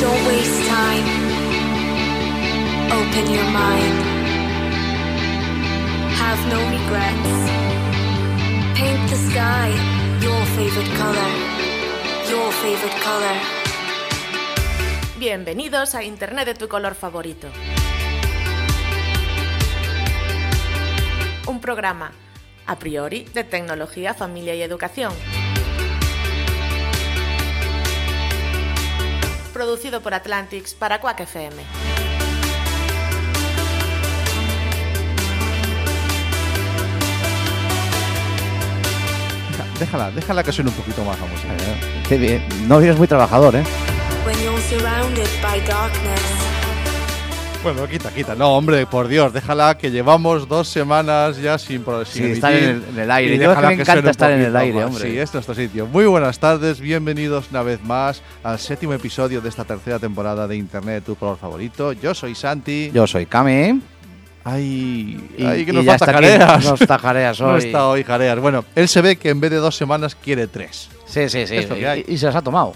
Don't waste time. Open your mind. Have no regrets. Paint the sky your favorite color. Your favorite color. Bienvenidos a Internet de tu color favorito. Un programa, a priori, de tecnología, familia y educación. Producido por Atlantics para Quack FM. Déjala, déjala que suene un poquito más la música. ¿eh? Qué bien. No eres muy trabajador, ¿eh? When you're surrounded by darkness, Bueno, quita, quita. No, hombre, por Dios, déjala que llevamos dos semanas ya sin pro- sin Sí, estar emitir en el- en el aire. y Yo es que déjala me suene encanta un estar en el poquito aire, más. hombre. Sí, es nuestro sitio. Muy buenas tardes, bienvenidos una vez más al séptimo episodio de esta tercera temporada de Internet, tu color favorito. Yo soy Santi. Yo soy Kame. Ay, Y, ay, que y nos ya falta está aquí. Jareas. Nos tajareas No hoy. está hoy Jareas. Bueno, él se ve que en vez de dos semanas quiere tres. Sí, sí, sí. Es lo que hay. Y, y se las ha tomado.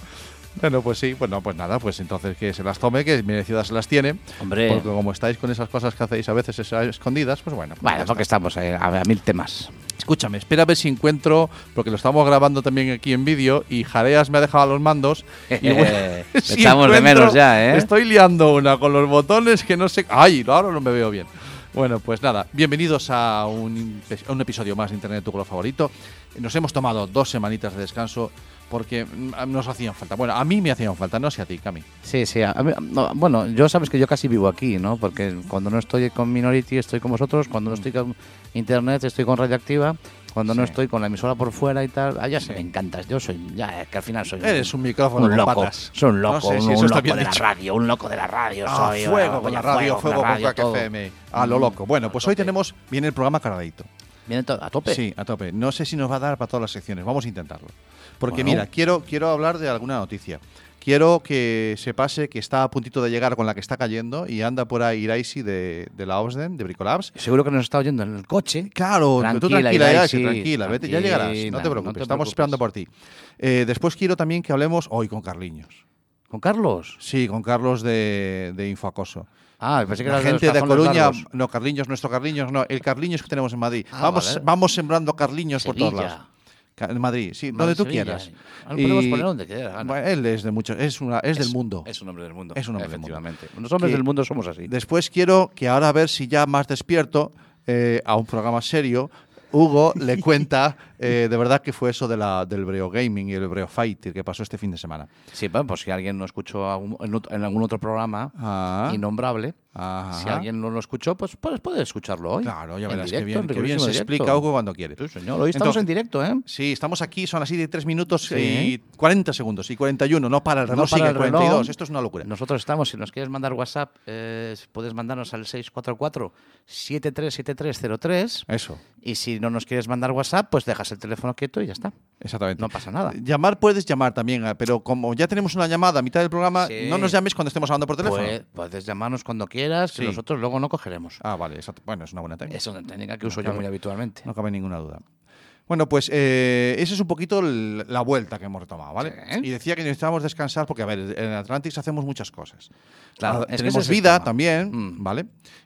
Bueno, pues sí, bueno, pues nada, pues entonces que se las tome, que merecidas se las tiene. Hombre. Porque como estáis con esas cosas que hacéis a veces esas escondidas, pues bueno. pues ya Bueno, está. porque estamos eh, a, a mil temas. Escúchame, espera a ver si encuentro, porque lo estamos grabando también aquí en vídeo y Jareas me ha dejado los mandos. Y Te echamos de encuentro- menos ya, ¿eh? Estoy liando una con los botones que no sé. ¡Ay! Ahora no me veo bien. Bueno, pues nada, bienvenidos a un, a un episodio más de Internet, tu color favorito. Nos hemos tomado dos semanitas de descanso porque mm, nos hacían falta. Bueno, a mí me hacían falta, no sé a ti, Cami. Sí, sí. a- a mí- no, bueno, yo sabes que yo casi vivo aquí, ¿no? Porque cuando no estoy con Minority estoy con vosotros, cuando no estoy con Internet estoy con Radioactiva, cuando no Sí. estoy con la emisora por fuera y tal. Ah, ya Sí. se me encantas. Yo soy, ya, es que al final soy... Eres un micrófono Un con loco, patas. soy un No loco, sé si un, eso un está loco bien de la dicho. radio, un loco de la radio A soy. fuego voy con a la radio, fuego con radio, Quack todo. Mm. FM. A lo loco. Bueno, pues hoy tenemos. Viene el programa cargadito. Viene to- a tope. Sí, a tope. No sé si nos va a dar para todas las secciones. Vamos a intentarlo. Porque Bueno. mira, quiero, quiero hablar de alguna noticia. Quiero que se pase que está a puntito de llegar con la que está cayendo y anda por ahí Iraisi de, de la OSDEN, de Bricolabs. Seguro que nos está oyendo en el coche. Claro, tú Tranquila, tranquila, Iraisi, Iraisi, tranquila, vete, ya tranquila, llegarás, no te no preocupes, te estamos preocupes. esperando por ti. Eh, después quiero también que hablemos hoy con Carliños. ¿Con Carlos? Sí, con Carlos de, de Infoacoso. Ah, pensé que La era los gente de cajones Coruña, largos. no, Carliños, nuestro Carliños, no, el Carliños que tenemos en Madrid. Ah, vamos, vale. vamos sembrando Carliños por todos Sevilla. lados. Ca- En Madrid, sí, donde Madrid, tú Sevilla. quieras. Ah, lo podemos poner donde quiera, gana. bueno, él es de muchos, es, una, es, del mundo. Es un hombre del mundo. Es un hombre del mundo. Efectivamente. Los hombres Que- del mundo somos así. Después quiero que ahora a ver si ya más despierto eh, a un programa serio. Hugo le cuenta eh, de verdad que fue eso de la, del Breo Gaming y el Breo Fighter que pasó este fin de semana. Sí, bueno, pues si alguien no escuchó algún- en, otro- en algún otro programa Ah. innombrable, Ajá. si alguien no lo escuchó, pues puedes, puedes escucharlo hoy. Claro, ya En verás directo, que bien, en que bien rigurísimo se directo. explica Hugo cuando quiere. Sí, señor. Hoy estamos en Entonces- directo, ¿eh? Sí, estamos aquí, son así de 3 minutos Sí. y 40 segundos y 41, no para el reloj, para sigue el reloj. 42, esto es una locura. Nosotros estamos, si nos quieres mandar WhatsApp, eh, puedes mandarnos al 644-737303. Eso, Y si no nos quieres mandar WhatsApp, pues dejas el teléfono quieto y ya está. exactamente. No pasa nada. Llamar puedes llamar también, eh, pero como ya tenemos una llamada a mitad del programa, Sí. no nos llames cuando estemos hablando por teléfono. Pues, puedes llamarnos cuando quieras, que Sí. nosotros luego no cogeremos. Ah, vale, exacto. bueno, es una buena técnica. Es una técnica que uso yo claro. muy habitualmente. No cabe ninguna duda. Bueno, pues eh, esa es un poquito el- la vuelta que hemos retomado, ¿vale? Sí. Y decía que necesitábamos descansar porque, a ver, en Atlantis hacemos muchas cosas. Claro, Ah, es que ese tenemos es el vida tema. también, Mm. ¿vale?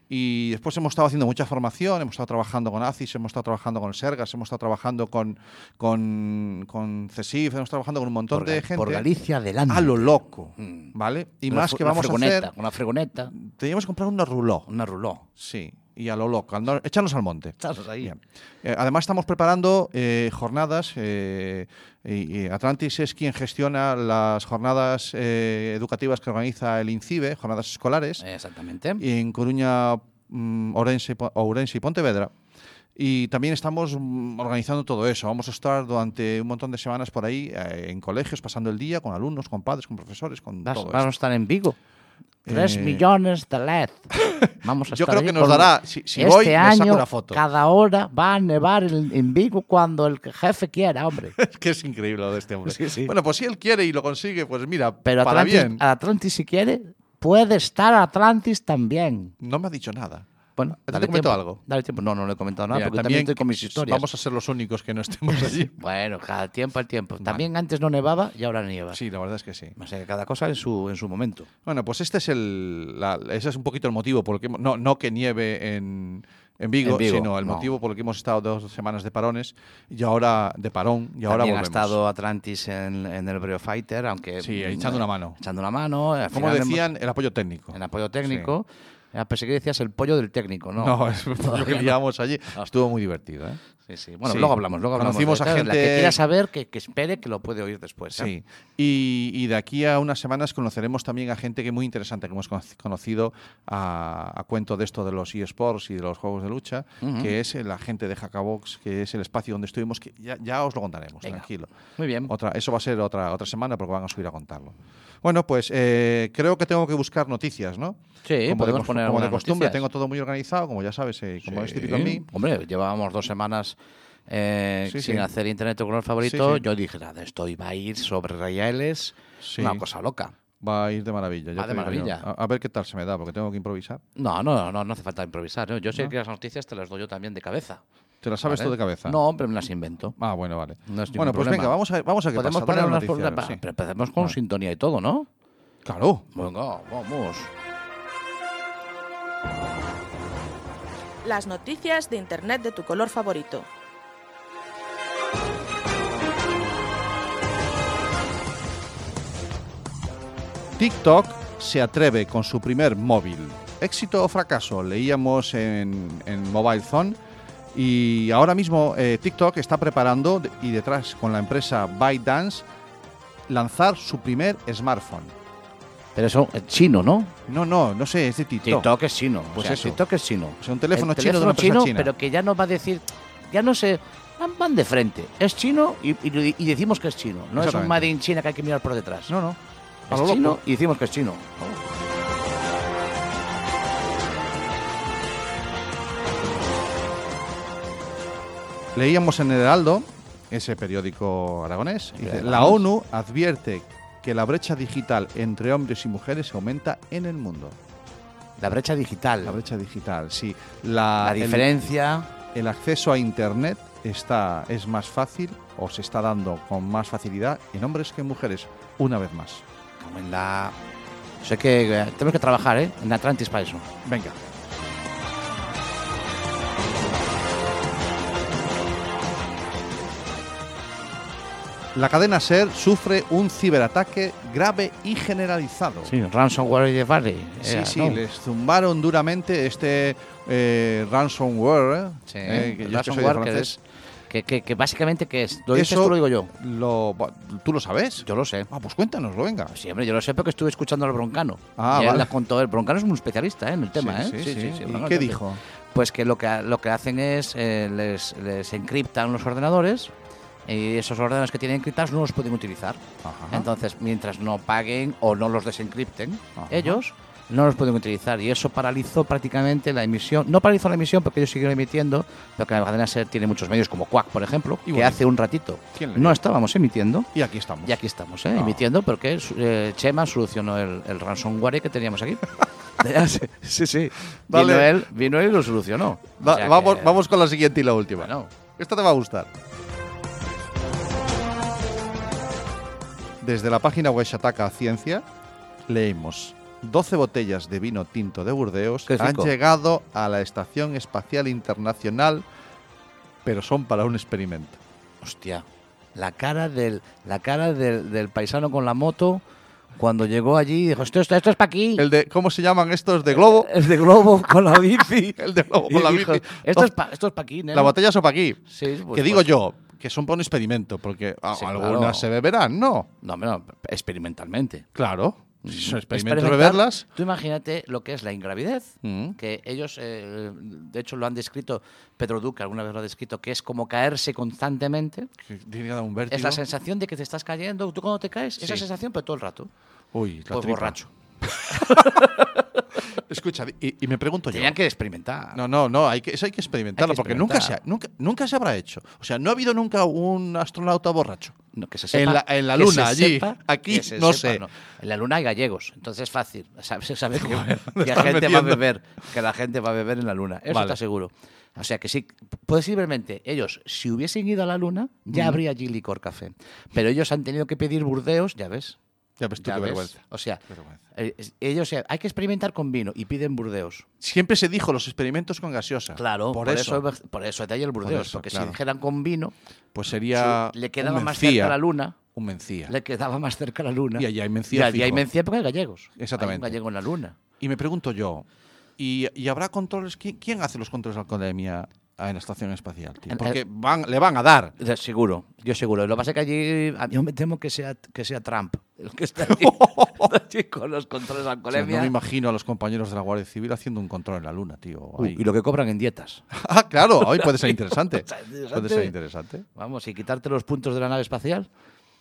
Y después hemos estado haciendo mucha formación, hemos estado trabajando con ACIS, hemos estado trabajando con Sergas, hemos estado trabajando con, con, con CESIF, hemos estado trabajando con un montón Por, de Ga- gente. por Galicia adelante. A lo loco, Mm. ¿vale? Y Una más fre- que una vamos a fregoneta, hacer, Una fregoneta, teníamos que comprar una ruló, una ruló. sí, y a lo loco, al no- echarnos al monte. Estás ahí. Bien. Eh, además, estamos preparando eh, jornadas. eh, y, y Atlantis es quien gestiona las jornadas eh, educativas que organiza el INCIBE, jornadas escolares, Eh. Exactamente. y en Coruña, mm, Ourense, y Po- Ourense y Pontevedra. Y también estamos mm, organizando todo eso. Vamos a estar durante un montón de semanas por ahí, eh, en colegios, pasando el día con alumnos, con padres, con profesores, con Vas- todo vamos a esto. estar en Vigo. Tres Eh, millones de LED. Vamos a Yo estar creo ahí que nos con- dará, si, si este voy, me año, saco una foto. cada hora va a nevar en, en Vigo cuando el jefe quiera, hombre. Es que es increíble lo de este hombre. Sí, sí. Bueno, pues si él quiere y lo consigue, pues mira, Pero para Atlantis, bien. Atlantis, si quiere, puede estar Atlantis también. No me ha dicho nada. Bueno, ¿Te dale comento tiempo. algo? Dale tiempo. No, no le he comentado nada Mira, porque también, estoy con mis historias. Vamos a ser los únicos que no estemos allí. Bueno, cada tiempo al tiempo. También antes no nevaba y ahora nieva. sí, la verdad es que sí. O sea, que cada cosa en su, en su momento. Bueno, pues este es el, la- ese es un poquito el motivo por el que hemos- no, no que nieve en, en, Vigo, En Vigo, sino el no. motivo por el que hemos estado dos semanas de parones y ahora de parón y ahora También ha volvemos. estado Atlantis en, en el Breo Fighter, aunque... Sí, echando una mano. Echando una mano. eh, al Como final hemos- decían, el apoyo técnico. En apoyo técnico. Ah, Pensé que decías el pollo del técnico, ¿no? No, es lo que liamos allí. Estuvo muy divertido, ¿eh? Sí, sí. Bueno, Sí. luego hablamos, luego hablamos. Conocimos de- a claro, La que gente- quiera saber, que, que espere, que lo puede oír después. ¿eh? Sí, y, y de aquí a unas semanas conoceremos también a gente que muy interesante que hemos conoc- conocido a, a cuento de esto de los eSports y de los juegos de lucha, que es la gente de Hackabox, que es el espacio donde estuvimos, que ya, ya os lo contaremos, Venga. tranquilo. Muy bien. Otra, eso va a ser otra, otra semana porque van a subir a contarlo. Bueno, pues eh, creo que tengo que buscar noticias, ¿no? Sí, como podemos de, cos- poner Como de algunas costumbre, noticias. tengo todo muy organizado, como ya sabes, eh, como es típico en Sí. mí. Hombre, llevábamos dos semanas eh, Sí, sin sí. hacer internet con el favorito. Sí, sí. Yo dije, nada, esto iba a ir sobre Rayaeles. Sí. Una cosa loca. Va a ir de maravilla. ya Va te Ah, de digo yo. maravilla. A, a ver qué tal se me da, porque tengo que improvisar. No, no, no, no hace falta improvisar. ¿no? Yo sé que las noticias te las doy yo también de cabeza. ¿Te la sabes ¿vale? tú de cabeza? No, pero me las invento. Ah, bueno, vale. No es ningún bueno, pues problema. venga, vamos a, vamos a que Podemos pasa. Dale poner al unas por una noticiero, pa- Pero empezamos con sintonía y todo, ¿no? sí. Claro. Venga, vamos. Las noticias de Internet de tu color favorito. TikTok se atreve con su primer móvil. Éxito o fracaso, leíamos en, en Mobile Zone. Y ahora mismo eh, TikTok está preparando de- y detrás con la empresa ByteDance lanzar su primer smartphone. Pero eso es chino, ¿no? No, no, no sé, es de TikTok. TikTok es chino. Pues o sea, eso. TikTok es chino. O sea, un teléfono El chino de una empresa chino, china. pero que ya no va a decir, ya no sé, van, van de frente. Es chino y, y- y decimos que es chino. No es Exactamente. un Made in China que hay que mirar por detrás. No, no. a es lo loco. chino y decimos que es chino. Leíamos en el Heraldo, ese periódico aragonés, El dice, Heraldo. la ONU advierte que la brecha digital entre hombres y mujeres aumenta en el mundo. La brecha digital, La la, brecha digital, sí. La, el- diferencia. El, acceso a Internet está, es más fácil o se está dando con más facilidad en hombres que en mujeres, una vez más. como en la... Sé que eh, tenemos que trabajar, ¿eh? En Atlantis para eso. Venga. La cadena SER sufre un ciberataque grave y generalizado. Sí, ransomware de Valley. Sí, era, sí, ¿no? les zumbaron duramente este eh, ransomware. ¿eh? Sí, Eh, que el yo es que soy de ransomware que, francés. es- que, que- que básicamente que es. Lo dices Eso- tú, lo digo yo. Lo- va- ¿Tú lo sabes? Yo lo sé. Ah, pues cuéntanoslo, venga. Sí, hombre, yo lo sé porque estuve escuchando al Broncano. Ah, y él vale. la contó. El Broncano es un especialista ¿eh? en el tema, Sí, ¿eh? sí, sí. ¿Y Broncano qué es un dijo? Pues que lo que, lo que hacen es eh, les, les encriptan los ordenadores y esos ordenadores que tienen encriptados no los pueden utilizar. Ajá. Entonces, mientras no paguen o no los desencripten, Ajá. ellos no los pueden utilizar y eso paralizó prácticamente la emisión. No paralizó la emisión porque ellos siguieron emitiendo, pero que la cadena SER tiene muchos medios como Quack, por ejemplo, Y que bueno. hace un ratito ¿Quién le no dio? estábamos emitiendo. Y aquí estamos. Y aquí estamos, ¿eh? Ah. emitiendo porque eh, Chema solucionó el, el ransomware que teníamos aquí. sí, sí. Vino Dale. él, vino él y lo solucionó. O Va- sea que- vamos, vamos con la siguiente y la última. Bueno, Esta te va a gustar. Desde la página Hueshataka Ciencia leemos 12 botellas de vino tinto de Burdeos Qué han rico. llegado a la Estación Espacial Internacional, pero son para un experimento. hostia. La cara del, la cara del, del paisano con la moto cuando llegó allí dijo, esto, esto, esto es para aquí. El de ¿cómo se llaman estos de globo? El de globo con la bici. El de globo Y con la dijo, bici. Esto es para aquí, nene". La botella son para aquí. Sí, pues, que digo pues, yo, que son para un experimento, porque a- Sí, algunas claro. se beberán, ¿no? No, hombre, no, experimentalmente. Claro. Mm. Si son experimentos Experimentar, beberlas. Tú imagínate lo que es la ingravidez, Mm. que ellos, eh, de hecho, lo han descrito, Pedro Duque alguna vez lo ha descrito, que es como caerse constantemente. que tiene que dar un vértigo. Es la sensación de que te estás cayendo. Tú cuando te caes, esa Sí. sensación, pero todo el rato. Uy, la pues tripa. borracho. Escucha, y, y me pregunto yo. Tenían que experimentar. No, no, no, hay que, eso hay que experimentarlo, Hay que porque nunca se, ha- experimentar. nunca, nunca se habrá hecho. O sea, no ha habido nunca un astronauta borracho. No, que se En sepa, la- en la que se luna, allí, sepa, aquí, que se no sepa, sé. En la luna hay gallegos, entonces es fácil. Sabes, se sabe que, me que la estás gente va a metiendo. beber, que la gente va a beber en la luna. Eso Vale. está seguro. O sea que sí, pues simplemente ellos, si hubiesen ido a la luna, ya habría allí licor café. Pero ellos han tenido que pedir burdeos, ya ves. Ya ves Pues tú, ya qué ves. vergüenza. O sea, Qué vergüenza. eh, es- ellos, eh, hay que experimentar con vino y piden burdeos. Siempre se dijo los experimentos con gaseosa. Claro, por, eso. por eso detalle el burdeos, eso, porque claro. si dijeran con vino, pues sería. su- le quedaba un más mencía, cerca la luna. Un mencía. le quedaba más cerca la luna. Y allí hay mencía Y allí hay fijo. mencía porque hay gallegos. Exactamente. Hay un gallego en la luna. Y me pregunto yo, ¿y, y habrá controles? ¿Qui- ¿Quién, hace los controles de alcoholemia en la estación espacial? tío? En- Porque van, le van a dar. De- Seguro, yo seguro. Lo que pasa es que allí, a- yo me temo que sea, que sea Trump el que está allí, allí con los controles de O sea, alcoholemia. no me imagino a los compañeros de la Guardia Civil haciendo un control en la Luna, tío. Uh, ahí. y lo que cobran en dietas. Ah, claro, hoy puede ser interesante. Está Puede ser interesante. Vamos, y quitarte los puntos de la nave espacial.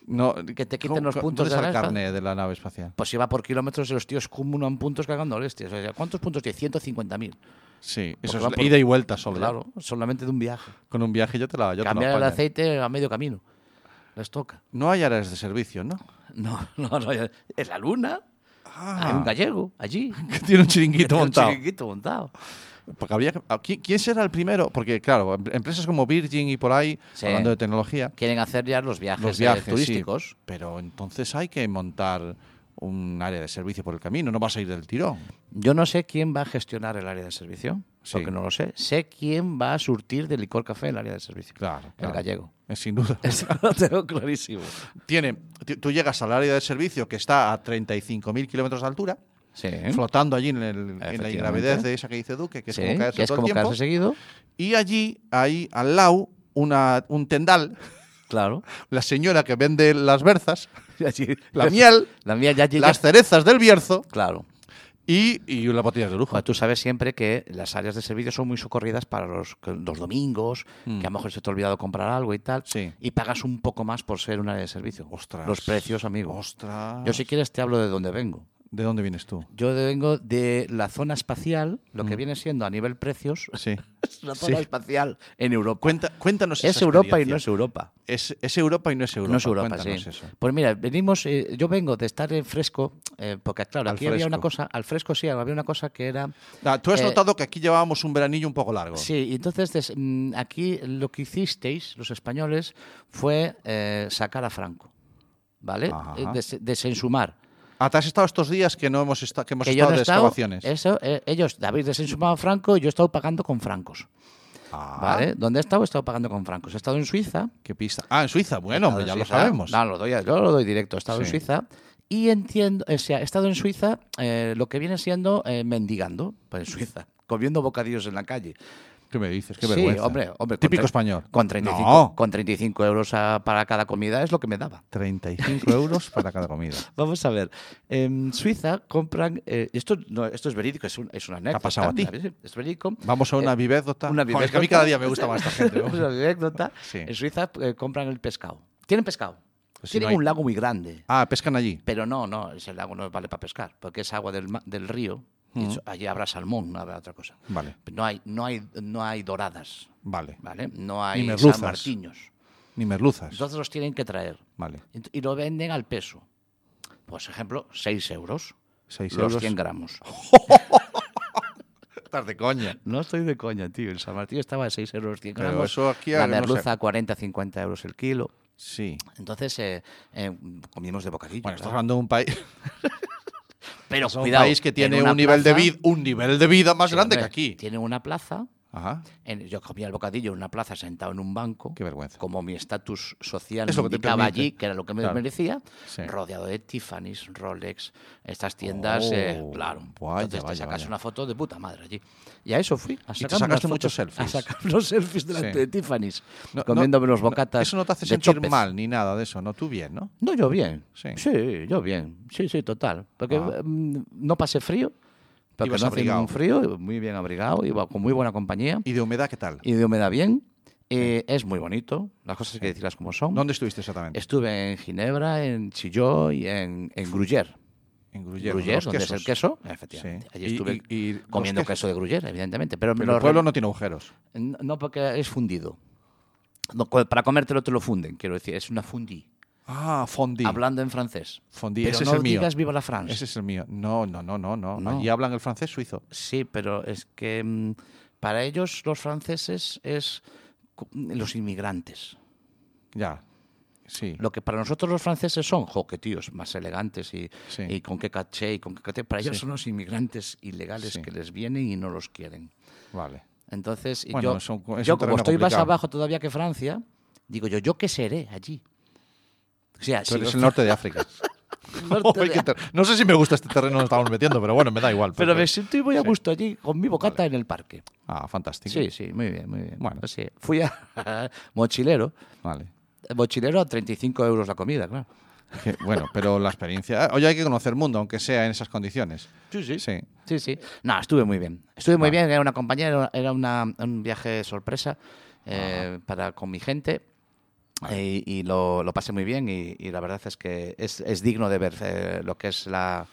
No, Que te quiten ¿cómo- los cómo- puntos ¿dónde está de el la carné de la nave espacial? Pues si va por kilómetros, los tíos acumulan puntos cagando hostias. O sea, ¿Cuántos puntos tiene? 150.000. Sí, Porque eso es va la- por- ida y vuelta solo. ya. Claro, solamente de un viaje. Con un viaje yo te la yo te la Cambiar el apaño. aceite a medio camino. Les toca. No hay áreas de servicio, ¿no? No, no, no. En la luna hay un gallego allí. Ah. Que tiene un que chiringuito tiene un montado. chiringuito montado. Porque habría que- ¿a ¿quién, quién será el primero? Porque, claro, em- empresas como Virgin y por ahí, Sí. hablando de tecnología, Quieren hacer ya los viajes, los eh, viajes sí. turísticos. Pero entonces hay que montar un área de servicio por el camino, no vas a ir del tirón. Yo no sé quién va a gestionar el área de servicio, Sí. porque no lo sé. Sé quién va a surtir de licor café el área de servicio. Claro, claro. El gallego. Eh, Sin duda. Eso lo tengo clarísimo. Tiene, t- tú llegas al área de servicio que está a 35.000 kilómetros de altura, Sí. flotando allí en, el- en la Efectivamente. ingravidez de esa que dice Duque, que es Sí, como caerse que es todo como el tiempo. caerse seguido. Y allí, ahí al lado, una, un tendal, Claro. la señora que vende las berzas, la miel, La mía ya llega. las cerezas del Bierzo Claro. y, y una botella de lujo. Joder, tú sabes siempre que las áreas de servicio son muy socorridas para los, que- los domingos, que a lo mejor se te ha olvidado comprar algo y tal. Mm. Sí. Y pagas un poco más por ser un área de servicio. Ostras. Los precios, amigo. Ostras. Yo si quieres te hablo de dónde vengo. ¿De dónde vienes tú? Yo vengo de la zona espacial, lo que viene siendo a nivel precios, Mm. Sí. es la zona espacial en Europa. Cuenta, cuéntanos es esa Europa y experiencia. no es Europa. Es, es Europa y no es Europa. No es Europa, sí. Cuéntanos eso. Pues mira, venimos, eh, yo vengo de estar en fresco, eh, porque claro, Al aquí había una fresco. cosa, al fresco sí, había una cosa que era... Ah, Tú has Eh, notado que aquí llevábamos un veranillo un poco largo. Sí, y entonces des- mm, aquí lo que hicisteis, los españoles, fue eh, sacar a Franco, ¿vale? Ajá. Eh, des- desensumar. Ah, te has estado estos días que no hemos estado que hemos Que yo estado no he de estado- excavaciones. eso, eh, ellos habéis desensumado a Franco y yo he estado pagando con francos. Ah, ¿Vale? ¿Dónde he estado? He estado pagando con francos. He estado en Suiza. Qué pista. Ah, en Suiza. Bueno, He hombre, ya estado en lo Suiza. sabemos. No, lo doy, yo lo doy directo. He estado en Sí. Suiza y entiendo, o sea, he estado en Suiza eh, lo que viene siendo eh, mendigando, pues en Suiza, comiendo bocadillos en la calle. ¿Qué me dices? Qué Sí, vergüenza. hombre, hombre. con Típico tre- español. Con 35, No. con 35 euros a- para cada comida es lo que me daba. 35 euros para cada comida. Vamos a ver. En Suiza compran. eh, esto, no, esto es verídico, es, un- es una anécdota. pasado a ti? ¿sabes? Es verídico. Vamos a una Eh, vivédota. una Joder, es que a mí anécdota. cada día me gusta más esta gente. Es vamos. una anécdota. Sí. En Suiza eh, compran el pescado. Tienen pescado. Pues si Tienen no hay- un lago muy grande. Ah, pescan allí. Pero no, no, ese lago no vale para pescar, porque es agua del, ma- del río. Mm. y so- allí habrá salmón, no habrá otra cosa. Vale, No hay, no hay, no hay doradas, vale. ¿vale? No hay merluzas. san martiños. Ni merluzas. Entonces los tienen que traer. Vale. Ent- Y lo venden al peso. Por ejemplo, 6 euros 6 los euros. 100 gramos. Estás de coña. No estoy de coña, tío. El San Martín estaba a 6 euros 100 Pero gramos. eso aquí la no sé. merluza a 40, 50 euros el kilo. Sí. Entonces eh, eh, comimos de bocadillo. Bueno, estás claro. hablando de un país, Pero un cuidado, país que en tiene una un nivel, de plaza- vida, un nivel de vida más Sí, grande que hombre, aquí. Tiene una plaza Ajá. En- yo comía el bocadillo en una plaza sentado en un banco. Qué vergüenza. Como mi estatus social Es lo me que te indicaba permite. allí, que era lo que me Claro. merecía, Sí. rodeado de Tiffany's, Rolex, estas tiendas, eh, Oh, claro. vaya, Entonces te vaya, sacas vaya. una foto de puta madre allí. Y a eso fui. A te sacarme sacaste unas muchos fotos- selfies. A sacar unos selfies delante Sí. de Tiffany's, No, no, comiéndome los no, bocatas. Eso no te hace de sentir chopes. mal ni nada de eso, ¿no? Tú bien, ¿no? No, yo bien. Sí. Sí. yo bien. Sí, sí, total. Porque Ah. mm, no pasé frío. Porque Ibas no hacía abrigado. Ah. ningún frío, muy bien abrigado, iba con muy buena compañía ¿Y de humedad qué tal? y de humedad bien. eh, es muy bonito, las cosas hay que decirlas como son. ¿Dónde estuviste exactamente? Estuve en Ginebra, en Chilló y en, en Gruyère. En Gruyère. Gruyère, los donde es el quesos. queso. Sí. Efectivamente. Allí Y- estuve y- y los comiendo quesos. queso de Gruyère, evidentemente. Pero, Pero lo el pueblo no tiene agujeros. No, no, porque es fundido. No, co- para comértelo te lo funden, quiero decir, es una fundi. Ah, fondue. Hablando en francés. Fondue, Pero ese no es el mío. digas viva la France. Ese es el mío. No, no, no, no, no. No. Allí hablan el francés suizo. Sí, pero es que mm, para ellos los franceses es cu- los inmigrantes. Ya. Sí. Lo que para nosotros los franceses son, jo, qué tíos, más elegantes y, Sí. y con qué caché y con qué caché. Para ellos Sí. son los inmigrantes ilegales Sí. que les vienen y no los quieren. Vale. Entonces, y Bueno, yo, es un- es yo un como terreno estoy más complicado. abajo todavía que Francia, digo yo, ¿yo qué seré allí? O sea, Tú si eres los el norte de África. norte Uy, de- qué ter- No sé si me gusta este terreno donde estamos metiendo, pero bueno, me da igual. Pero porque- me siento y voy a Sí. gusto allí con mi bocata en el parque. Ah, fantástico. Sí, sí, muy bien, muy bien. Bueno. Bueno, sí. Fui a mochilero. Vale. Mochilero a 35 euros la comida, claro. Que- bueno, pero la experiencia. Oye, hay que conocer el mundo, aunque sea en esas condiciones. Sí, Sí. Sí, sí. No, estuve muy bien. Estuve muy Vale. bien, era una compañía, era- era una- un viaje sorpresa eh, para, con mi gente. eh, Y, lo, lo pasé muy bien y, y la verdad es que es, es digno de ver eh, lo que es la...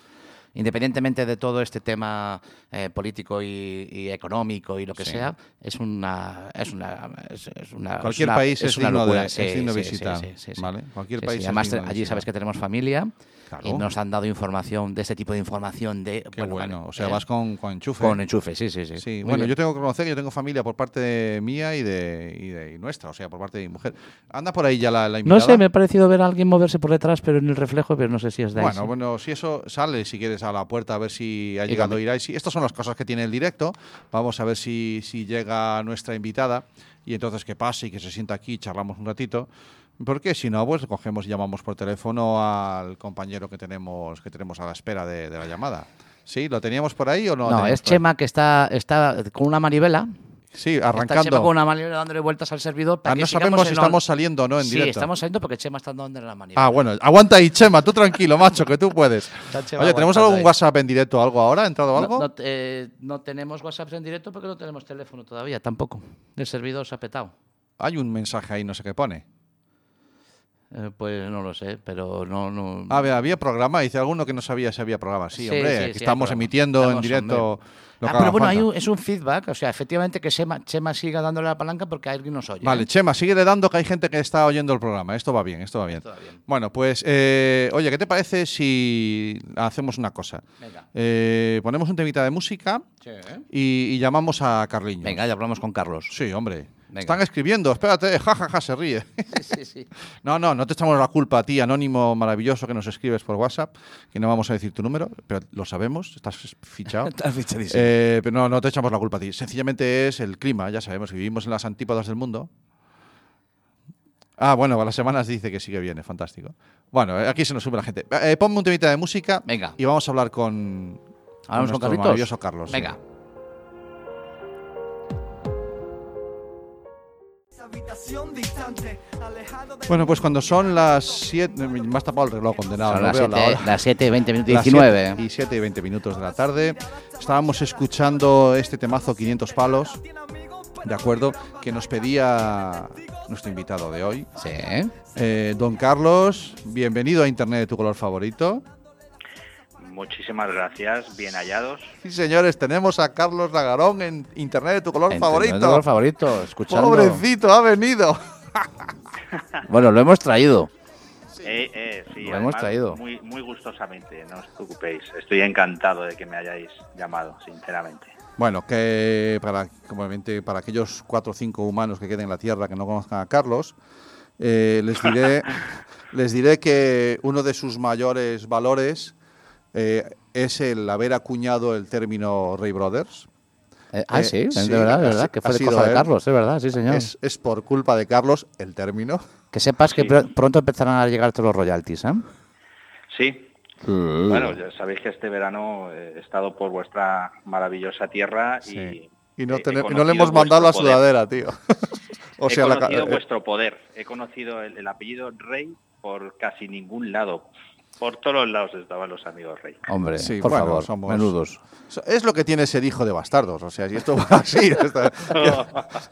Independientemente de todo este tema eh, político y, y económico y lo que Sí. sea, es una, es una, es, es una Cualquier una- país es una digno de- locura. es digno de visitar, ¿vale? Cualquier país es Además, digno de allí visitar. sabes que tenemos familia y Claro. nos han dado información de este tipo de información de Qué bueno. vale, O sea, eh, vas con, con enchufe. con enchufe, sí, sí, sí. Sí, Muy bueno, bien. yo tengo que conocer, yo tengo familia por parte de mía y de, y de- y nuestra, o sea, por parte de mi mujer. Anda por ahí ya la, la No invitada. sé, me ha parecido ver a alguien moverse por detrás, pero en el reflejo, pero no sé si es de ahí, Bueno, sí. bueno, si eso sale, si quieres, a la puerta a ver si ha Y llegado también- Iraisi. Estas son las cosas que tiene el directo. Vamos a ver si, si llega nuestra invitada y entonces que pase y que se sienta aquí, charlamos un ratito. Porque si no, pues cogemos y llamamos por teléfono al compañero que tenemos que tenemos a la espera de, de la llamada. ¿Sí? ¿Lo teníamos por ahí o no? lo No, teníamos es por ahí? Chema que está, está con una manivela. Sí, Está Chema con arrancando. una manivela dándole vueltas al servidor. Para Ah, que no sigamos sabemos si en on- estamos saliendo o no en sí, directo. estamos saliendo porque Chema está dando la manivela. Ah, bueno, aguanta ahí, Chema, tú tranquilo, macho, que tú puedes. Está Chema Oye, ¿tenemos aguantando algún ahí. WhatsApp en directo algo ahora? ¿Ha entrado No, algo? no, eh, no tenemos WhatsApp en directo porque no tenemos teléfono todavía, tampoco. El servidor se ha petado. Hay un mensaje ahí, no sé qué pone. Eh, pues no lo sé, pero no... no Ah, A ver, había programa, dice alguno que no sabía si había programa. Sí, Mm. Sí, hombre, sí, aquí sí, hay estamos programa. emitiendo en Estamos, directo. hombre. lo Ah, que haga pero bueno, hay falta. un- es un feedback, o sea, efectivamente que Chema, Chema siga dándole la palanca porque alguien nos oye. Vale, ¿eh? Chema, sigue le dando que hay gente que está oyendo el programa. Esto va bien, esto va bien. va bien. Bueno, pues, eh, oye, ¿qué te parece si hacemos una cosa? Venga. ¿eh? Eh, ponemos un temita de música y, y llamamos a Carliño. Venga, ya hablamos con Carlos. Sí, hombre. Venga. Están escribiendo, espérate, jajaja, se ríe. sí, sí. No, no, no te echamos la culpa a ti, anónimo maravilloso que nos escribes por WhatsApp, que no vamos a decir tu número, pero lo sabemos, estás fichado. Estás fichadísimo. Eh, pero no, no te echamos la culpa a ti. Sencillamente es el clima, ya sabemos, vivimos en las antípodas del mundo. Ah, bueno, a las semanas dice que sí que viene, fantástico. Bueno, eh, aquí se nos sube la gente. Eh, ponme un temita de música Venga. y vamos a hablar con, Hablamos con nuestro Carlitos. maravilloso Carlos. sí. Venga. Habitación distante, alejado de Bueno, pues cuando son las 7... Me has tapado el reloj condenado. Son no las veo la 7, hora. las 7, 20 minutos, Las 19. siete y 7 y 20 minutos de la tarde. Estábamos escuchando este temazo 500 palos, de acuerdo, que nos pedía nuestro invitado de hoy. Sí, ¿eh? Eh, don Carlos, bienvenido a Internet de tu color favorito. Muchísimas gracias, bien hallados. Sí, señores, tenemos a Carlos Lagarón en Internet de tu color favorito. Entrenador favorito, escuchando. Pobrecito, ha venido. Bueno, lo hemos traído. Eh, eh, sí, Lo además, hemos traído. Muy, muy gustosamente, no os preocupéis. Estoy encantado de que me hayáis llamado, sinceramente. Bueno, que para, como obviamente, para aquellos cuatro o cinco humanos que queden en la Tierra que no conozcan a Carlos, eh, les, diré, les diré que uno de sus mayores valores eh, es el haber acuñado el término Ray Brothers. Eh, ah, Eh, sí, es sí, verdad, ha es si- verdad, que ha fue de sido cosa de él. Carlos, es verdad, sí, señor. Es, es por culpa de Carlos el término. que sepas que Sí. pr- pronto empezarán a llegar todos los royalties, ¿eh? Sí, bueno, ya sabéis que este verano eh, he estado por vuestra maravillosa tierra y, Y no, he- he tenem- y no conocido le hemos mandado la vuestro poder. sudadera, tío. o sea, he la ca- conocido eh, vuestro poder, he conocido el, el apellido Rey por casi ningún lado. Por todos lados estaban los amigos rey. Hombre, Sí, por bueno, favor, somos- menudos. So- Es lo que tiene ser hijo de bastardos. O sea, si esto va así. esta-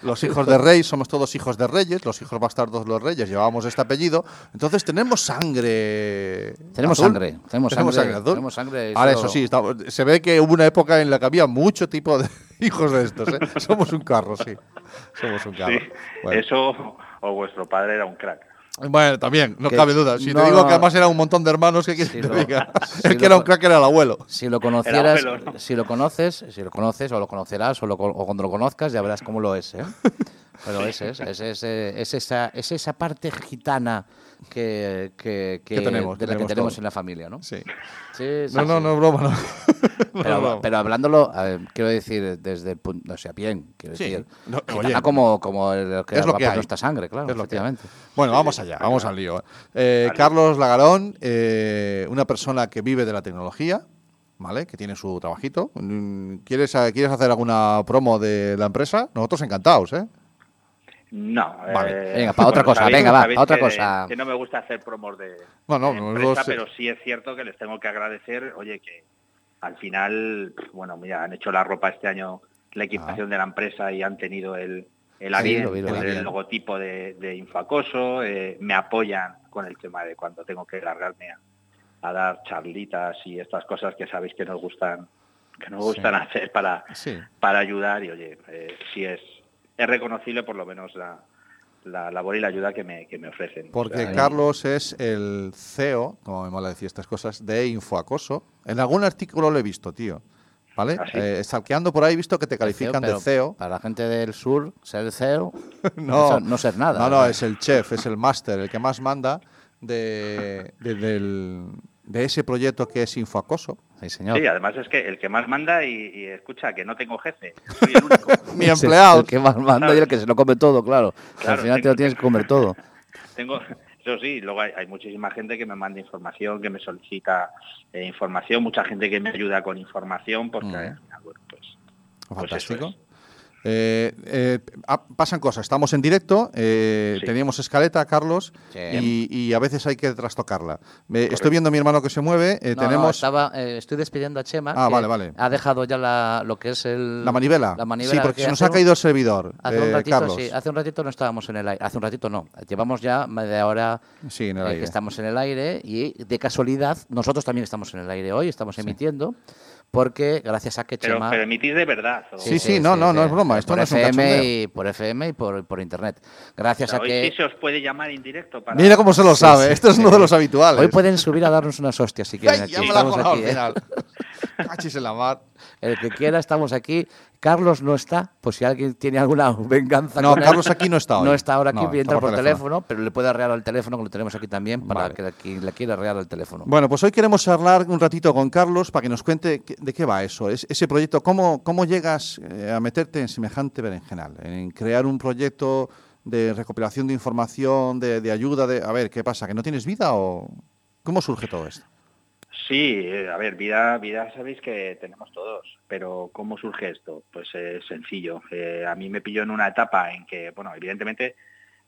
los hijos de rey somos todos hijos de reyes, los hijos bastardos los reyes, llevábamos este apellido. Entonces tenemos sangre. Tenemos azul. sangre, tenemos Tenemos sangre, sangre azul. tenemos sangre, Ahora, eso- eso sí, estamos- se ve que hubo una época en la que había mucho tipo de hijos de estos. ¿eh? Somos un carro, sí. Somos un carro. Sí. Bueno. Eso, o vuestro padre era un crack. Bueno, también, no Que- cabe duda. Si no, te digo no. que además era un montón de hermanos, ¿qué quieres Sí, que lo- te diga? sí, el lo- que era un crack era el abuelo. Si lo conocieras, Era abuelo, ¿no? si lo conoces, si lo conoces o lo conocerás o, lo co- o cuando lo conozcas ya verás cómo lo es, ¿eh? Pero ese es, es, es, eh, es esa, es esa parte gitana que, que- que- Que tenemos, de la que tenemos tenemos todos. en la familia, ¿no? Sí. Sí, sí, No, no, sí. no es broma, no. No es Pero, broma. pero hablándolo, a ver, quiero decir, desde el punto, o sea, bien, quiero Sí. decir, No, gitana oye, como, como el que es lo va que por hay. nuestra sangre, claro, Es lo que hay. efectivamente. Bueno, vamos allá, vamos al lío. Eh, Carlos Lagarón, eh, una persona que vive de la tecnología, ¿vale? Que tiene su trabajito. Mm, ¿Quieres, eh, ¿Quieres hacer alguna promo de la empresa? Nosotros encantados, ¿eh? No. eh, Vale. Venga, pa' otra cosa, venga, va, pa' otra que- cosa. Que no me gusta hacer promos de, No, no, de no, empresa, no sé. pero sí es cierto que les tengo que agradecer, oye, que al final, pff, bueno, mira, han hecho la ropa este año, la equipación de la empresa y han tenido el, el, Ah. Sí, avión, lo vi, lo el, vi. logotipo de, de Infacoso, eh, me apoyan con el tema de cuando tengo que largarme a, a dar charlitas y estas cosas que sabéis que nos gustan que nos gustan hacer para, Sí. para ayudar y oye, eh, sí es, es reconocible por lo menos la, la labor y la ayuda que me, que me ofrecen. O Porque sea, Carlos es el CEO, como me mola decir estas cosas, de Infoacoso. En algún artículo lo he visto, tío. ¿Vale? ¿Ah, sí? Eh, salqueando por ahí he visto que te califican E pero de E CEO. Para la gente del sur, ser CEO, No, eso no ser nada. No, no, ¿verdad? es el chef, es el máster, el que más manda de, de, del- de ese proyecto que es Infoacoso. Pues Sí, señor. Sí, además es que el que más manda y, y escucha que no tengo jefe, soy el único. Mi Es el- empleado. El que más manda y el que se lo come todo, claro. Al Claro, final te lo tienes que comer todo. tengo, eso sí, luego hay, hay muchísima gente que me manda información, que me solicita eh, información, mucha gente que me ayuda con información, porque Mm. al final, bueno, pues, pues eso Fantástico. es. Eh, eh, ah, pasan cosas, estamos en directo, eh, Sí. teníamos escaleta, Carlos, Sí. y, y a veces hay que trastocarla. Me- Correcto. estoy viendo a mi hermano que se mueve, eh, No, no, tenemos... estaba, eh, estoy despidiendo a Chema. Ah, que vale, vale. Ha dejado ya la, lo que es el. la manivela. La manivela. Sí, porque que se nos hace ha un- caído el servidor, Hace un eh, ratito, Carlos. sí, hace un ratito no estábamos en el aire. Hace un ratito no. Llevamos ya media hora Sí, en el eh, que aire. estamos en el aire y de casualidad nosotros también estamos en el aire hoy, estamos emitiendo, porque gracias a que Pero, Chema. pero emitís de verdad. o- Sí, sí, no, no, no es broma, Por esto no es un FM cachondeo. y por FM y por, por internet. Gracias o sea, a hoy que sí se os puede llamar en directo para... Mira cómo se lo sabe, esto es uno de los habituales. hoy pueden subir a darnos unas hostias si quieren. Ay, aquí. ya me la ha Estamos colado al aquí, ¿eh? final. Cachis en la mar. El que quiera, estamos aquí. Carlos no está, pues si alguien tiene alguna venganza. No, con él, Carlos aquí no está hoy. No está ahora aquí, No, está entra por por teléfono. teléfono. pero le puede arreglar al teléfono, que lo tenemos aquí también, para Vale. que la- quien le quiera arreglar al teléfono. Bueno, pues hoy queremos hablar un ratito con Carlos para que nos cuente qué- de qué va eso, es- ese proyecto, cómo, cómo llegas eh, a meterte en semejante berenjenal, en crear un proyecto de recopilación de información, de, de ayuda, de, a ver, ¿qué pasa? ¿Que no tienes vida o cómo surge todo esto? Sí, eh, a ver, vida, vida sabéis que tenemos todos, pero ¿cómo surge esto? Pues es sencillo. Eh, a mí me pilló en una etapa en que, bueno, evidentemente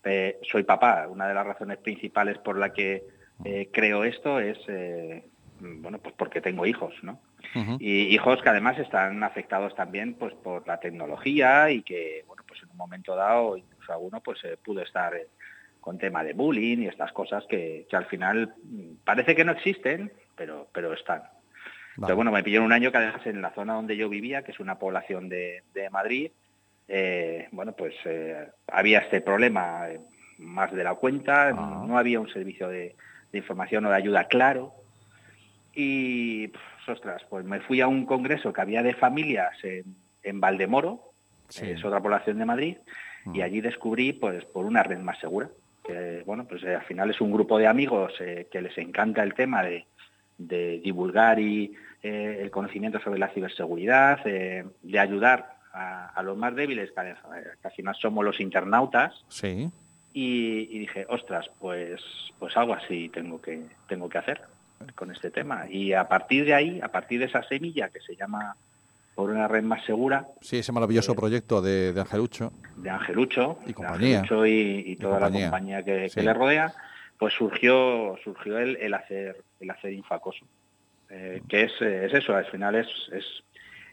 eh, soy papá. Una de las razones principales por la que eh, creo esto es, eh, mm, bueno, pues porque tengo hijos, ¿no? Y hijos que además están afectados también pues por la tecnología y que, bueno, pues en un momento dado, incluso alguno, pues eh, pudo estar eh, con tema de bullying y estas cosas que, que al final mm, parece que no existen, pero, pero están. Pero bueno, me pilló un año que además en la zona donde yo vivía, que es una población de, de Madrid, eh, bueno, pues eh, había este problema eh, más de la cuenta, Ah. no había un servicio de, de información o de ayuda claro. Y, pues, ostras, pues me fui a un congreso que había de familias en, en Valdemoro, Sí. es otra población de Madrid, y Mm. allí descubrí, pues, por una red más segura, que, bueno, pues eh, al final es un grupo de amigos eh, que les encanta el tema de, de divulgar y eh, el conocimiento sobre la ciberseguridad, eh, de ayudar a, a los más débiles, que al- que al final somos los internautas, Sí. y, y dije, ostras, pues, pues algo así tengo que, tengo que hacer con este tema. Y a partir de ahí, a partir de esa semilla que se llama por una red más segura, Sí, ese Eh, maravilloso proyecto de, de Angelucho. de Angelucho, Y de compañía. Angelucho y, y Y toda compañía. la compañía que, que Sí. le rodea, pues surgió, surgió el, el hacer, el hacer infacoso, eh, que es, eh, es, eso, al final es, es,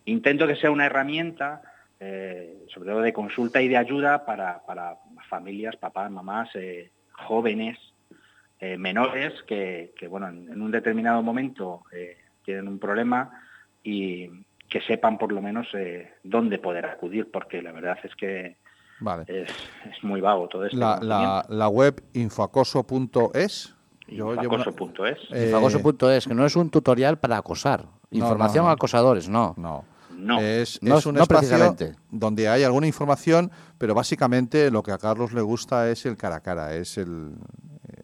intento que sea una herramienta, eh, sobre todo de consulta y de ayuda para, para familias, papás, mamás, eh, jóvenes, eh, menores, que, que bueno, en, en, un determinado momento eh, tienen un problema y que sepan por lo menos eh, dónde poder acudir, porque la verdad es que Vale. Es, es, muy vago todo este La, esto. la, la web infoacoso.es. Infoacoso.es. Eh, infoacoso.es, que no es un tutorial para acosar. Información no, no, a acosadores, no. No. No. Es, no, es un espacio donde hay alguna información, pero básicamente lo que a Carlos le gusta es el cara a cara, es el,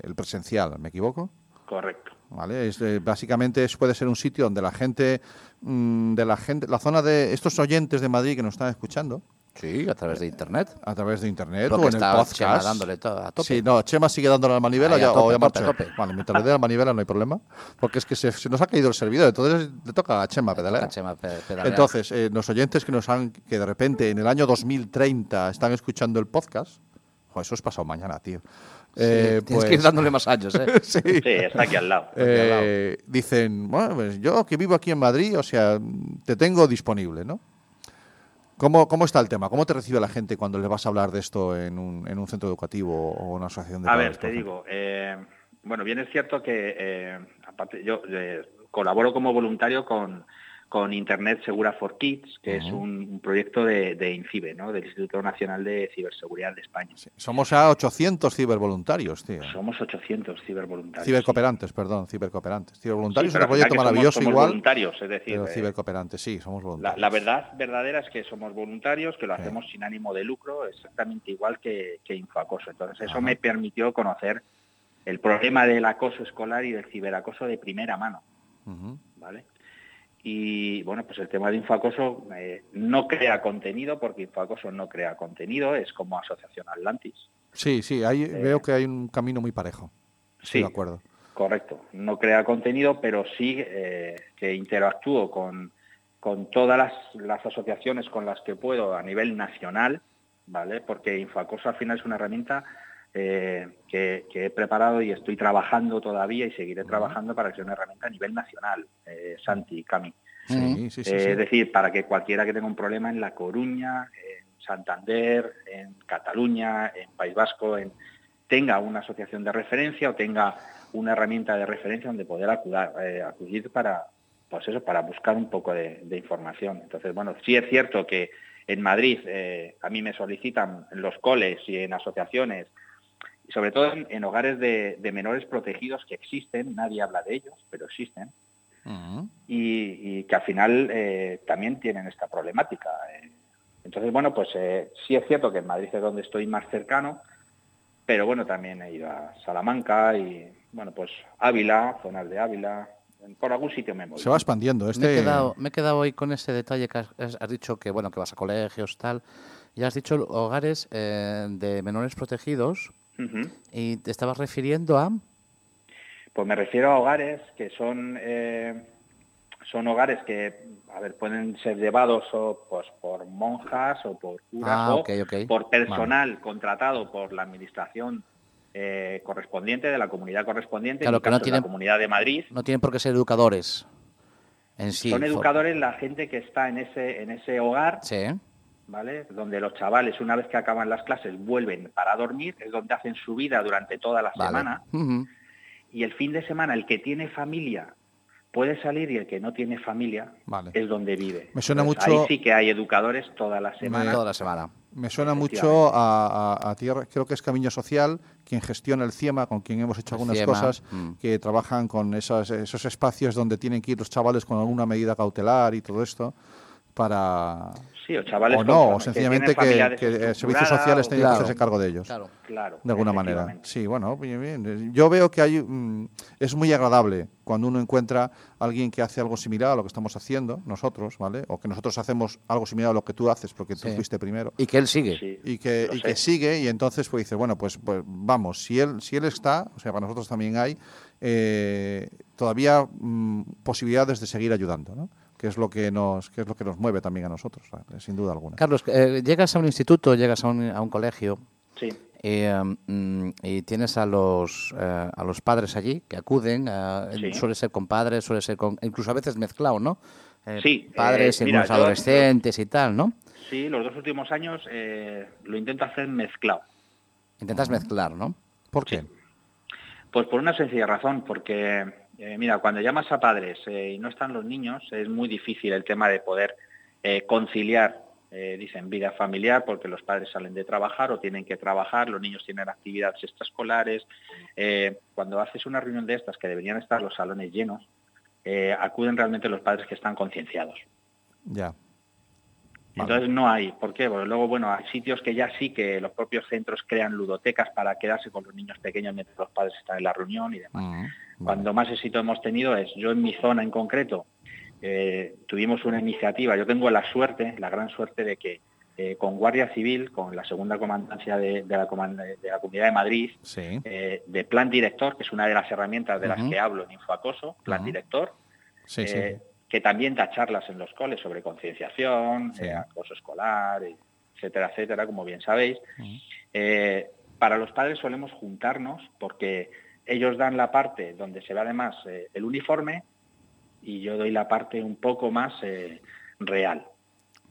el presencial, ¿me equivoco? Correcto. ¿Vale? Es, eh, básicamente es, puede ser un sitio donde la gente, mmm, de la gente, la zona de estos oyentes de Madrid que nos están escuchando, Sí, a través de internet. A través de internet Lo o en el podcast. Chema dándole todo a tope. Sí, no, Chema sigue dándole la manivela ya, o ya marcha. Vale, mientras le dé la manivela no hay problema, porque es que se, se, nos ha caído el servidor, entonces le toca a Chema pedalear. A Chema pedalear. Entonces, eh, los oyentes que nos han que de repente en el año 2030 están escuchando el podcast, jo, eso es pasado mañana, tío. Sí, eh, tienes pues... que ir dándole más años, ¿eh? sí. sí. está aquí al lado. Eh, aquí al lado. Dicen, bueno, pues yo que vivo aquí en Madrid, o sea, te tengo disponible, ¿no? ¿Cómo, ¿Cómo, está el tema? ¿Cómo te recibe la gente cuando le vas a hablar de esto en un, en un centro educativo o una asociación de A ver, te digo, eh, bueno, bien es cierto que eh, aparte yo eh, colaboro como voluntario con, con, Internet Segura for Kids, que uh -huh. es un, un, proyecto de, de INCIBE, ¿no? del Instituto Nacional de Ciberseguridad de España. Sí. Somos a 800 cibervoluntarios, tío. Somos 800 cibervoluntarios. Cibercooperantes, sí. perdón, cibercooperantes. Cibervoluntarios sí, es un proyecto maravilloso somos, somos igual. voluntarios, es decir. Pero cibercooperantes, sí, somos voluntarios. eh, La, la, verdad verdadera es que somos voluntarios, que lo hacemos sin ánimo de lucro, exactamente igual que, que Infoacoso. Entonces, eso Ajá. me permitió conocer el problema del acoso escolar y del ciberacoso de primera mano. Uh -huh. ¿Vale? Y bueno, pues el tema de Infoacoso eh, no crea contenido, porque Infoacoso no crea contenido, es como Asociación Atlantis. Sí, sí, ahí eh, veo que hay un camino muy parejo. Estoy sí, de acuerdo. Correcto, no crea contenido, pero sí eh, que interactúo con, con todas las, las, asociaciones con las que puedo a nivel nacional, ¿vale? Porque Infoacoso al final es una herramienta que, que, he preparado y estoy trabajando todavía y seguiré trabajando para que sea una herramienta a nivel nacional, eh, Santi, Cami. Sí, sí, sí, eh, es decir, para que cualquiera que tenga un problema en La Coruña, en Santander, en Cataluña, en País Vasco, en, tenga una asociación de referencia o tenga una herramienta de referencia donde poder acudar, eh, acudir para, pues eso, para buscar un poco de, de, información. Entonces, bueno, sí es cierto que en Madrid eh, a mí me solicitan en los coles y en asociaciones sobre todo en, en hogares de, de, menores protegidos que existen, nadie habla de ellos, pero existen, uh -huh. y, y, que al final eh, también tienen esta problemática. Eh, Entonces, bueno, pues eh, sí es cierto que en Madrid es donde estoy más cercano, pero bueno, también he ido a Salamanca y, bueno, pues Ávila, zonas de Ávila, por algún sitio me voy. Se va expandiendo. Este... Me, he quedado, me he quedado hoy con ese detalle que has, has dicho que, bueno, que vas a colegios, tal. Ya has dicho hogares eh, de menores protegidos, Uh -huh. ¿Y te estabas refiriendo a? Pues me refiero a hogares que son, eh, son hogares que, a ver, pueden ser llevados o, pues, por monjas o por curas ah, o okay, okay. por personal vale. contratado por la administración eh, correspondiente, de la comunidad correspondiente, claro, en que no tienen, de la comunidad de Madrid. No tienen por qué ser educadores en sí. Son educadores la gente que está en ese, en ese hogar. Sí. ¿vale? Donde los chavales, una vez que acaban las clases, vuelven para dormir, es donde hacen su vida durante toda la vale. semana. Uh -huh. Y el fin de semana, el que tiene familia puede salir y el que no tiene familia vale. es donde vive. Me suena Entonces, mucho. Ahí sí que hay educadores toda la semana. Me... Toda la semana. Me suena mucho a, a, a, tierra, creo que es Camino Social, quien gestiona el CIEMA, con quien hemos hecho algunas CIEMA, cosas, mm. que trabajan con esas, esos espacios donde tienen que ir los chavales con alguna medida cautelar y todo esto para sí, o, chavales o no, o sencillamente que, que, que servicios sociales tengan que claro, hacerse cargo de ellos. Claro, claro. De alguna manera. Sí, bueno, bien, bien. Yo veo que hay mmm, es muy agradable cuando uno encuentra a alguien que hace algo similar a lo que estamos haciendo nosotros, ¿vale? O que nosotros hacemos algo similar a lo que tú haces porque tú Sí. fuiste primero. Y que él sigue. Sí, Y que, lo y sé. que sigue y entonces pues dice, bueno, pues, pues vamos, si él si él está, o sea, para nosotros también hay eh, todavía mm, posibilidades de seguir ayudando, ¿no? que es lo que nos que es lo que nos mueve también a nosotros, sin duda alguna. Carlos, eh, llegas a un instituto, llegas a un, a un colegio sí. Y, um, mm, y tienes a los, eh, a los padres allí que acuden, eh, Sí. suele ser con padres, suele ser con, incluso a veces mezclado, ¿no? Eh, Sí, Padres, eh, y mira, algunos yo- adolescentes y tal, ¿no? Sí, los dos últimos años eh, lo intento hacer mezclado. Intentas mezclar, ¿no? ¿Por qué? Pues por una sencilla razón, porque eh, mira, cuando llamas a padres eh, y no están los niños, es muy difícil el tema de poder eh, conciliar, eh, dicen, vida familiar, porque los padres salen de trabajar o tienen que trabajar, los niños tienen actividades extraescolares. Eh, cuando haces una reunión de estas, que deberían estar los salones llenos, eh, acuden realmente los padres que están concienciados. Ya. Vale. Entonces no hay. ¿Por qué? Porque luego, bueno, hay sitios que ya sí que los propios centros crean ludotecas para quedarse con los niños pequeños mientras los padres están en la reunión y demás. Mm, vale. Cuando más éxito hemos tenido es, yo en mi zona en concreto, eh, tuvimos una iniciativa, yo tengo la suerte, la gran suerte de que eh, con Guardia Civil, con la segunda comandancia de, de la, Coman- de la Comunidad de Madrid, Sí. eh, de Plan Director, que es una de las herramientas de las Ujú. que hablo en Infoacoso, Plan Ujú. Director, Sí, sí. eh, que también da charlas en los coles sobre concienciación, Sí. eh, acoso escolar, etcétera, etcétera, como bien sabéis. Ujú. Eh, para los padres solemos juntarnos porque ellos dan la parte donde se ve además eh, el uniforme y yo doy la parte un poco más eh, real.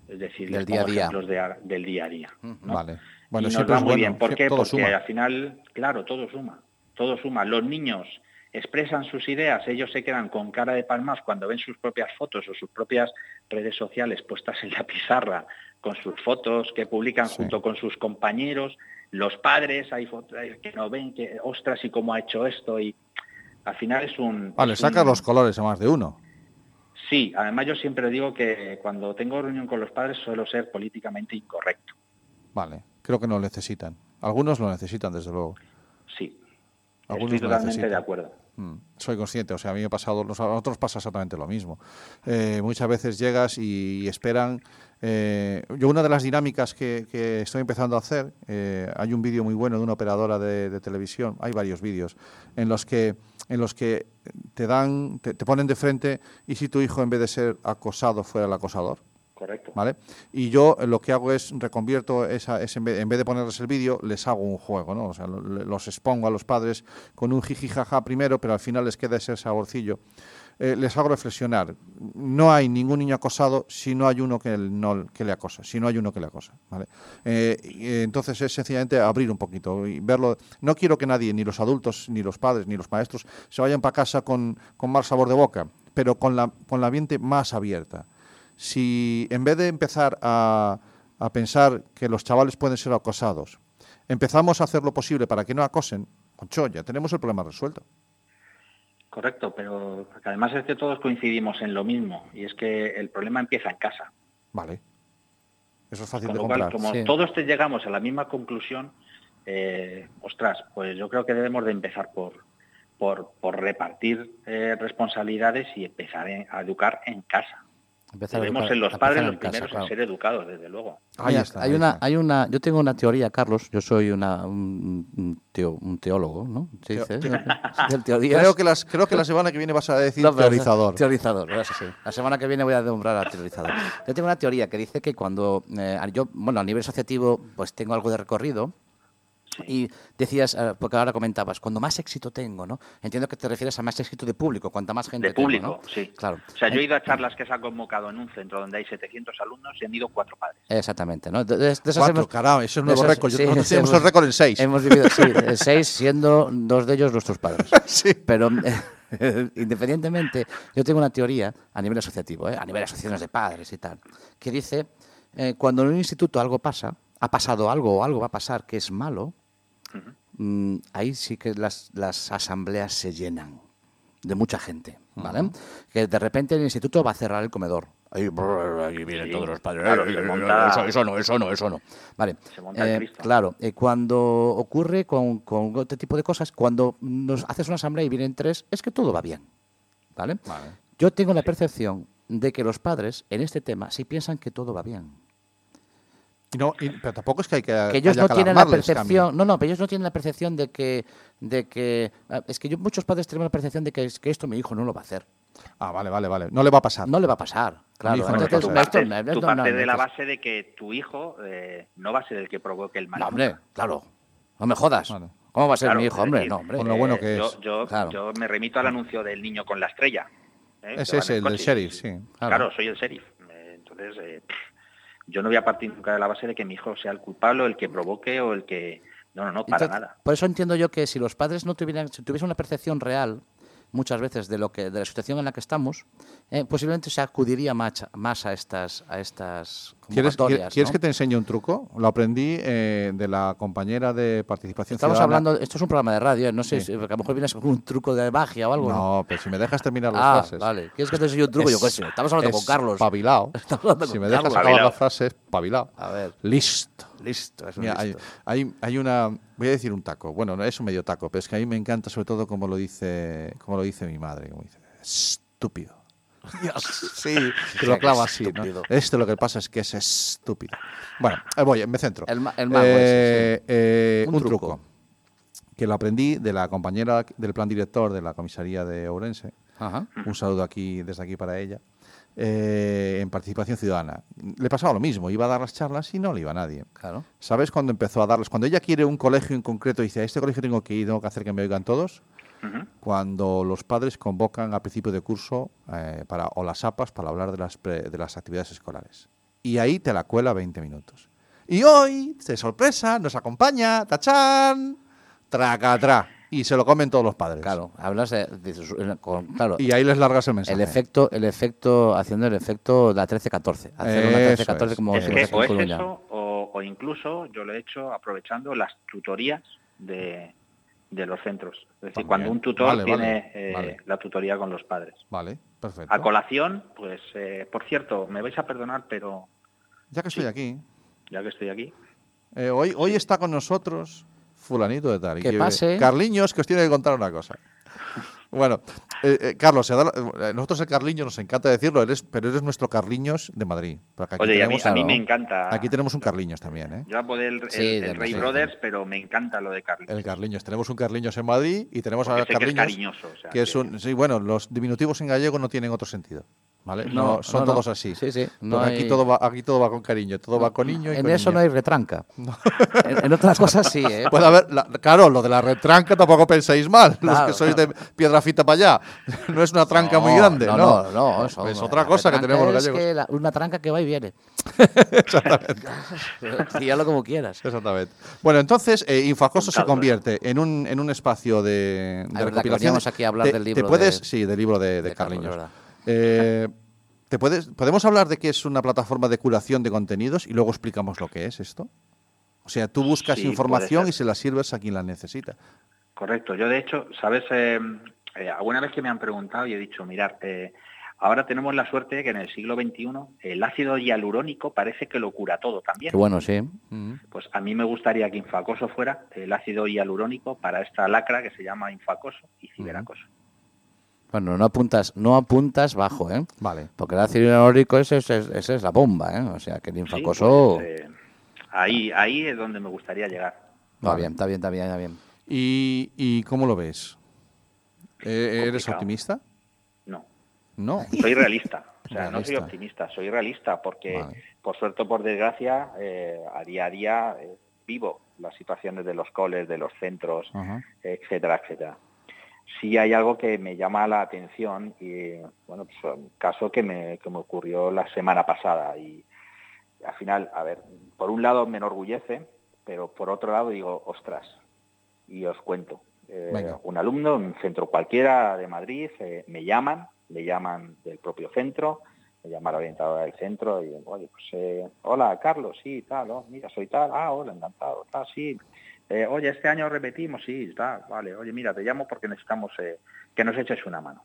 Es decir, Del les día a pongo día. ejemplos de- del día a día. Ujú. ¿no? Vale. Bueno, y nos siempre va es muy bueno. bien. ¿Por Sie- qué? Todo Porque suma. al final, claro, todo suma. Todo suma. Los niños expresan sus ideas, ellos se quedan con cara de palmas cuando ven sus propias fotos o sus propias redes sociales puestas en la pizarra con sus fotos que publican Sí. junto con sus compañeros, los padres, hay fotos que no ven, que ostras y cómo ha hecho esto y al final es un... Vale, es sacas un- los colores a más de uno. Sí, además yo siempre digo que cuando tengo reunión con los padres suelo ser políticamente incorrecto. Vale. Creo que no lo necesitan. Algunos lo necesitan, desde luego. Sí, Algunos estoy lo totalmente de necesitan. acuerdo. Mm, Soy consciente, o sea, a mí me ha pasado, nos- a nosotros pasa exactamente lo mismo. Eh, muchas veces llegas y esperan. eh, yo, una de las dinámicas que, que estoy empezando a hacer, eh, hay un vídeo muy bueno de una operadora de, de televisión, hay varios vídeos, en los que en los que te dan, te, te ponen de frente, y si tu hijo en vez de ser acosado fuera el acosador, Correcto. ¿vale? Y yo eh, lo que hago es reconvierto esa, ese- en, vez, en vez de ponerles el vídeo, les hago un juego, ¿no? O sea, lo- le- los expongo a los padres con un jiji jaja primero, pero al final les queda ese saborcillo. Eh, les hago reflexionar. No hay ningún niño acosado si no hay uno que, el- no, que le acosa, si no hay uno que le acosa, ¿vale? Eh, y, eh, entonces es sencillamente abrir un poquito y verlo. No quiero que nadie, ni los adultos, ni los padres, ni los maestros, se vayan para casa con, con mal sabor de boca, pero con la, con la mente más abierta si en vez de empezar a, a pensar que los chavales pueden ser acosados, empezamos a hacer lo posible para que no acosen, concho, ya tenemos el problema resuelto. Correcto, pero que además es que todos coincidimos en lo mismo y es que el problema empieza en casa. Vale. Eso es fácil Con de lo cual, comprar. como sí. todos te llegamos a la misma conclusión, eh, ostras, pues yo creo que debemos de empezar por, por, por repartir eh, responsabilidades y empezar en- a educar en casa. Empezar a Debemos educar- en los a padres empezar los en casa, primeros claro. en ser educados, desde luego. Ahí Mira, está, hay ahí una, está. hay una, yo tengo una teoría, Carlos. Yo soy una, un, un teo- un teólogo, ¿no? ¿Se dice? Del teorías. Creo que, las, creo que la semana que viene vas a decir No, pero- teorizador. Teorizador, ¿verdad? Sí, sí. La semana que viene voy a nombrar a teorizador. Yo tengo una teoría que dice que cuando eh, yo, bueno, a nivel asociativo, pues tengo algo de recorrido. Y decías, eh, porque ahora comentabas, cuando más éxito tengo, ¿no? Entiendo que te refieres a más éxito de público, cuanta más gente De tengo, público, ¿no? sí. Claro. O sea, yo he ido a charlas que se han convocado en un centro donde hay 700 alumnos y han ido cuatro padres. Exactamente, ¿no? De, de- de esas Cuatro, hemos- caramba, eso es nuevo de esas- récord. Yo- sí, nosotros sí, tenemos hemos- el récord en seis. Hemos vivido, sí, en seis, siendo dos de ellos nuestros padres. Sí. Pero eh, independientemente, yo tengo una teoría a nivel asociativo, ¿eh? a nivel de asociaciones de padres y tal, que dice, eh, cuando en un instituto algo pasa, ha pasado algo o algo va a pasar que es malo, mm, ahí sí que las, las asambleas se llenan de mucha gente, ¿vale? Que de repente el instituto va a cerrar el comedor. Ahí, brr, ahí vienen Sí, todos los padres. claro, "Eh, se eh, eh, monta- eso, eso no, eso no, eso no. Vale. Se monta el eh, Cristo. claro, eh, cuando ocurre con, con este tipo de cosas, cuando nos haces una asamblea y vienen tres, es que todo va bien. ¿Vale? Yo tengo la percepción de que los padres en este tema sí piensan que todo va bien. Y no, y- pero tampoco es que Eh, hay que. que ellos haya no que tienen la alarmarles, Cami. percepción no no pero ellos no tienen la percepción de que de que ah, es que yo, muchos padres tenemos la percepción de que, es que esto mi hijo no lo va a hacer Ah, vale, vale, vale. No le va a pasar. no le va a pasar claro Ah. hijo no Bueno, Entonces, tú esto- partes, esto- esto- tú no, partes no, de la entonces- base de que tu hijo eh, no va a ser el que provoque el mal. No, hombre claro No me jodas. Vale. ¿Cómo va a ser Claro, mi hijo? es Hombre, decir, no, hombre. Con lo bueno que yo, es. Yo, Claro. yo me remito al anuncio del niño con la estrella. ¿eh? Ese Que va es en el del coche. sheriff, sí, Claro, claro. soy el sheriff. Eh, Entonces, eh, pff, yo no voy a partir nunca de la base de que mi hijo sea el culpable o el que provoque o el que... No, no, no, para Entonces, nada. Por eso entiendo yo que si los padres no tuvieran, si tuviesen una percepción real muchas veces de lo que de la situación en la que estamos, eh, posiblemente se acudiría más, más a estas a estas ¿Quieres, convocatorias, quieres ¿no? que te enseñe un truco? Lo aprendí eh, de la compañera de participación Estamos ciudadana. hablando, esto es un programa de radio, eh, no sé, Sí. si- porque a lo mejor vienes con un truco de magia o algo. No, pero si me dejas terminar las Ah, frases. vale. ¿Quieres que te enseñe un truco? yo qué sé. Estamos hablando es con Carlos. Pabilao. Estamos hablando si con me dejas Carlos. acabar Espabilao. las frases, pabilao. A ver. Listo. Listo, es un Mira, hay, listo. hay, hay una. Voy a decir un taco. Bueno, no es un medio taco, pero es que a mí me encanta, sobre todo, como lo dice, como lo dice mi madre. Como dice, estúpido. sí, te lo que clava así. estúpido. ¿no? Esto lo que pasa es que es estúpido. Bueno, eh, voy, me centro. El ma- el mago Eh, eh, Un un, truco. truco. que lo aprendí de la compañera del plan director de la comisaría de Ourense. Ajá. Un saludo aquí desde aquí para ella. eh, en participación ciudadana. Le pasaba lo mismo, iba a dar las charlas y no le iba nadie. Claro. ¿Sabes cuándo empezó a darlas? Cuando ella quiere un colegio en concreto y dice, a este colegio tengo que ir, tengo que hacer que me oigan todos. Ujú. Cuando los padres convocan a principio de curso eh, para, o las APAS para hablar de las, pre- de las actividades escolares. Y ahí te la cuela 20 minutos. Y hoy, de sorpresa, nos acompaña, tachán, tracatrá. Y se lo comen todos los padres. Claro, hablas de, dices, eh, con- claro, Y ahí les largas el mensaje. el efecto, el efecto, haciendo el efecto de la 13-14. Hacer una Eso 13-14 es. como Es se que hace aquí ¿Eh? o en es Coruña. eso o, o incluso yo lo he hecho aprovechando las tutorías de, de los centros. Es decir, También. cuando un tutor Vale, tiene vale, eh, vale. la tutoría con los padres. Vale, perfecto. A colación, pues, eh, por cierto, me vais a perdonar, pero Ya que estoy aquí, ya que estoy aquí, eh, hoy, hoy está con nosotros fulanito de tal. y Que pase. Carliños, que os tiene que contar una cosa. Bueno, eh, eh, Carlos, se da la- eh, nosotros el Carliños nos encanta decirlo, eres, pero eres nuestro Carliños de Madrid. porque aquí Oye, y a mí, tenemos- a mí claro. me encanta. Aquí tenemos un Carliños también, ¿eh? Yo apodé el, el, Sí, el de- Rey sí, Brothers, pero me encanta lo de Carlos. El Carliños. Tenemos un Carliños en Madrid y tenemos Porque a sé que es Carliños. cariñoso. o sea, que es que- un, sí, bueno, los diminutivos en gallego no tienen otro sentido. ¿Vale? No, No, son no, no. todos así. Sí, sí, no Porque aquí, hay- todo va, aquí todo va con cariño, todo va con niño y En con eso niña. Pues no hay retranca. En, en otras cosas sí, ¿eh? Puede haber, la- claro, lo de la retranca tampoco penséis mal, los Claro, que sois de piedra fita para allá. No es una tranca No, muy grande, ¿no? No, no, no, eso- es la otra cosa que retranca tenemos los es gallegos. que la- una tranca que va y viene. Exactamente. Dígalo como quieras. Exactamente. Bueno, entonces, eh, Infoacoso se Contador. convierte en un, en un espacio de, de Ah, verdad, que recopilación. veníamos aquí a hablar Te- del te libro puedes- de- sí, del libro de, de de Carlos, Carliños. verdad. Eh, ¿te puedes, ¿Podemos hablar de que es una plataforma de curación de contenidos y luego explicamos lo que es esto? O sea, tú buscas Sí, puede información ser. y se la sirves a quien la necesita. Correcto. Yo, de hecho, ¿sabes? Eh, eh, alguna vez que me han preguntado y he dicho, mirar, eh, ahora tenemos la suerte de que en el siglo XXI el ácido hialurónico parece que lo cura todo también. Qué bueno, sí. Pues a mí me gustaría que Infacoso fuera el ácido hialurónico para esta lacra que se llama Infacoso y ciberacoso. Bueno, no apuntas, no apuntas bajo, ¿eh? Vale. Porque el ácido hialurónico ese, ese, ese es la bomba, ¿eh? O sea, que el Sí, linfacoso... pues, eh, ahí, ahí es donde me gustaría llegar. va bien, está bien, está bien, está bien. ¿Y, y cómo lo ves? Eh, ¿Eres Complicado. optimista? No. No. soy realista. O sea, no soy Realista. optimista, soy realista porque, Vale. por suerte o por desgracia, eh, a día a día eh, vivo las situaciones de los coles, de los centros, Ajá. etcétera, etcétera. Sí hay algo que me llama la atención y, bueno, pues un caso que me, que me ocurrió la semana pasada y al final, a ver, por un lado me enorgullece, pero por otro lado digo, ostras, y os cuento. Eh, Venga. un alumno en un centro cualquiera de Madrid, eh, me llaman, me llaman del propio centro, me llama la orientadora del centro y, oye, pues, eh, hola, Carlos, sí, tal, oh, mira, soy tal, ah, hola, encantado, tal, sí. Eh, oye, este año repetimos, sí, tal, vale, oye, mira, te llamo porque necesitamos eh, que nos eches una mano.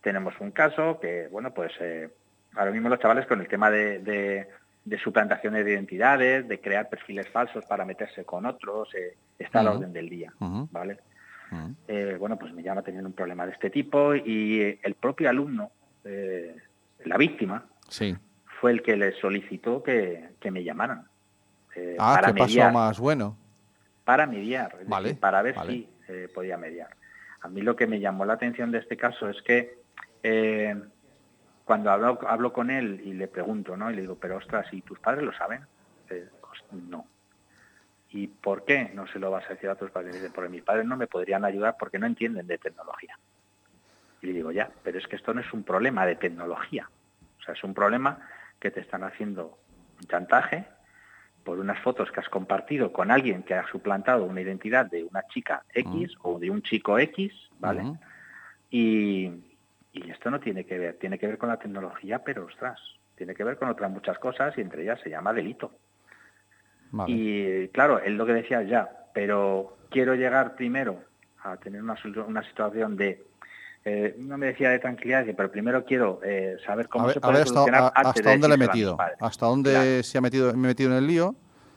Tenemos un caso que, bueno, pues eh, ahora mismo los chavales con el tema de, de- de suplantaciones de identidades, de crear perfiles falsos para meterse con otros, eh, está a la Ujú. orden del día, Ujú. ¿vale? Ujú. eh, bueno, pues me llama teniendo un problema de este tipo y eh, el propio alumno, eh, la víctima, Sí. fue el que le solicitó que, que me llamaran. eh, Ah, qué paso mediar, más bueno. para mediar, es Vale, decir, para ver vale. si eh, podía mediar. A mí lo que me llamó la atención de este caso es que eh, cuando hablo, hablo con pues, él y le pregunto, ¿no? Y le digo, pero ostras, ¿y tus padres lo saben? Eh, "Os- no. ¿Y por qué no se lo vas a decir a tus padres? Dicen, porque mis padres no me podrían ayudar porque no entienden de tecnología. Y le digo, ya, pero es que esto no es un problema de tecnología. O sea, es un problema que te están haciendo un chantaje por unas fotos que has compartido con alguien que ha suplantado una identidad de una chica X o de un chico X, ¿vale? Mm. Ujú. Y, y esto no tiene que ver, tiene que ver con la tecnología, pero ostras, tiene que ver con otras muchas cosas y entre ellas se llama delito. Vale. Y claro, es lo que decía ya, pero quiero llegar primero a tener una, solu- una situación de, eh, no me decía de tranquilidad, pero primero quiero eh, saber a cómo ver, se a ver puede hasta, solucionar a- antes hasta de dónde le he decírselo a mis metido. padres. Hasta dónde Claro, se ha metido, me he metido en el lío.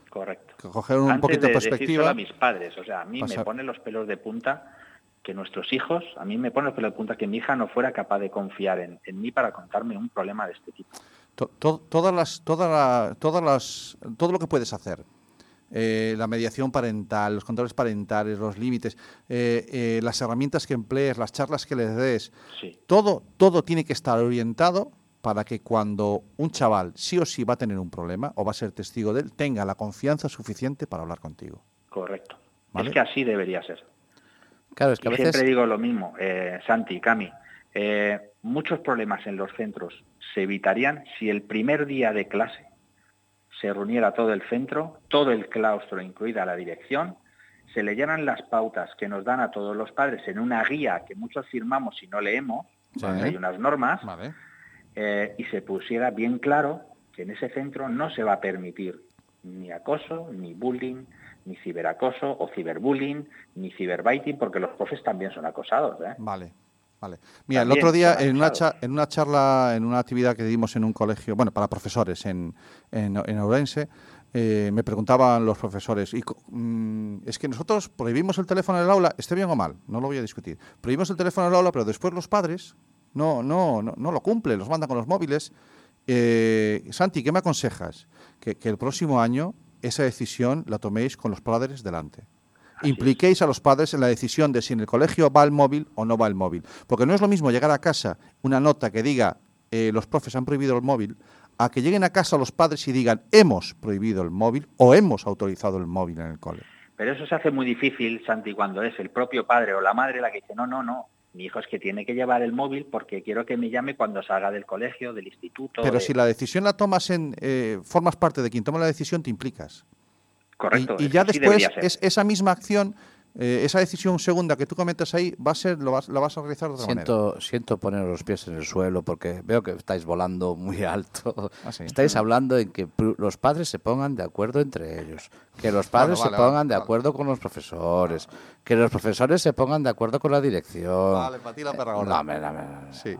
correcto. que Coger un Antes poquito de de decírselo perspectiva. a mis padres, o sea, a mí pasar. me pone los pelos de punta que nuestros hijos, a mí me pone los pelos de punta que mi hija no fuera capaz de confiar en, en mí para contarme un problema de este tipo. To- to- todas las, todas la- todas las, todo lo que puedes hacer. Eh, la mediación parental, los controles parentales, los límites, eh, eh, las herramientas que emplees, las charlas que les des, Sí, todo, todo tiene que estar orientado para que cuando un chaval sí o sí va a tener un problema o va a ser testigo de él, tenga la confianza suficiente para hablar contigo. correcto. Vale. Es que así debería ser. Claro, es que Y a veces. Siempre digo lo mismo, eh, Santi, Cami. eh, muchos problemas en los centros se evitarían si el primer día de clase se reuniera todo el centro, todo el claustro, incluida la dirección, se leyeran las pautas que nos dan a todos los padres en una guía que muchos firmamos y no leemos, Sí. porque hay unas normas, Vale. eh, y se pusiera bien claro que en ese centro no se va a permitir ni acoso, ni bullying, ni ciberacoso o ciberbullying, ni ciberbiting, porque los profes también son acosados. ¿eh? Vale, vale. Mira, el También otro día son en una, cha- acusados. en una charla, en una actividad que dimos en un colegio, bueno, para profesores en, en, en Ourense, eh, me preguntaban los profesores, y, co- mm, es que nosotros prohibimos el teléfono en el aula, esté bien o mal, no lo voy a discutir, prohibimos el teléfono en el aula, pero después los padres no, no, no, no lo cumplen, los mandan con los móviles. Eh, Santi, ¿qué me aconsejas? Que, que el próximo año esa decisión la toméis con los padres delante impliquéis a los padres en la decisión de si en el colegio va el móvil o no va el móvil. Porque no es lo mismo llegar a casa una nota que diga eh, los profes han prohibido el móvil a que lleguen a casa los padres y digan hemos prohibido el móvil o hemos autorizado el móvil en el cole. Pero eso se hace muy difícil, Santi, cuando es el propio padre o la madre la que dice, no, no, no, mi hijo es que tiene que llevar el móvil porque quiero que me llame cuando salga del colegio, del instituto. Pero de-". si la decisión la tomas en eh, formas parte de quien toma la decisión te implicas. Correcto. y, y es ya que sí después debería ser. es- esa misma acción, eh, esa decisión segunda que tú cometas ahí va a ser lo vas, la vas a realizar de otra manera. Siento, siento poner los pies en el suelo porque veo que estáis volando muy alto. Ah, sí. Estáis hablando en que pr- los padres se pongan de acuerdo entre ellos, que los padres vale, se vale, pongan de vale. acuerdo con los profesores, que los profesores se pongan de acuerdo con la dirección. Vale, para ti la perra gorda. No, hombre, no, hombre, no, no. Sí.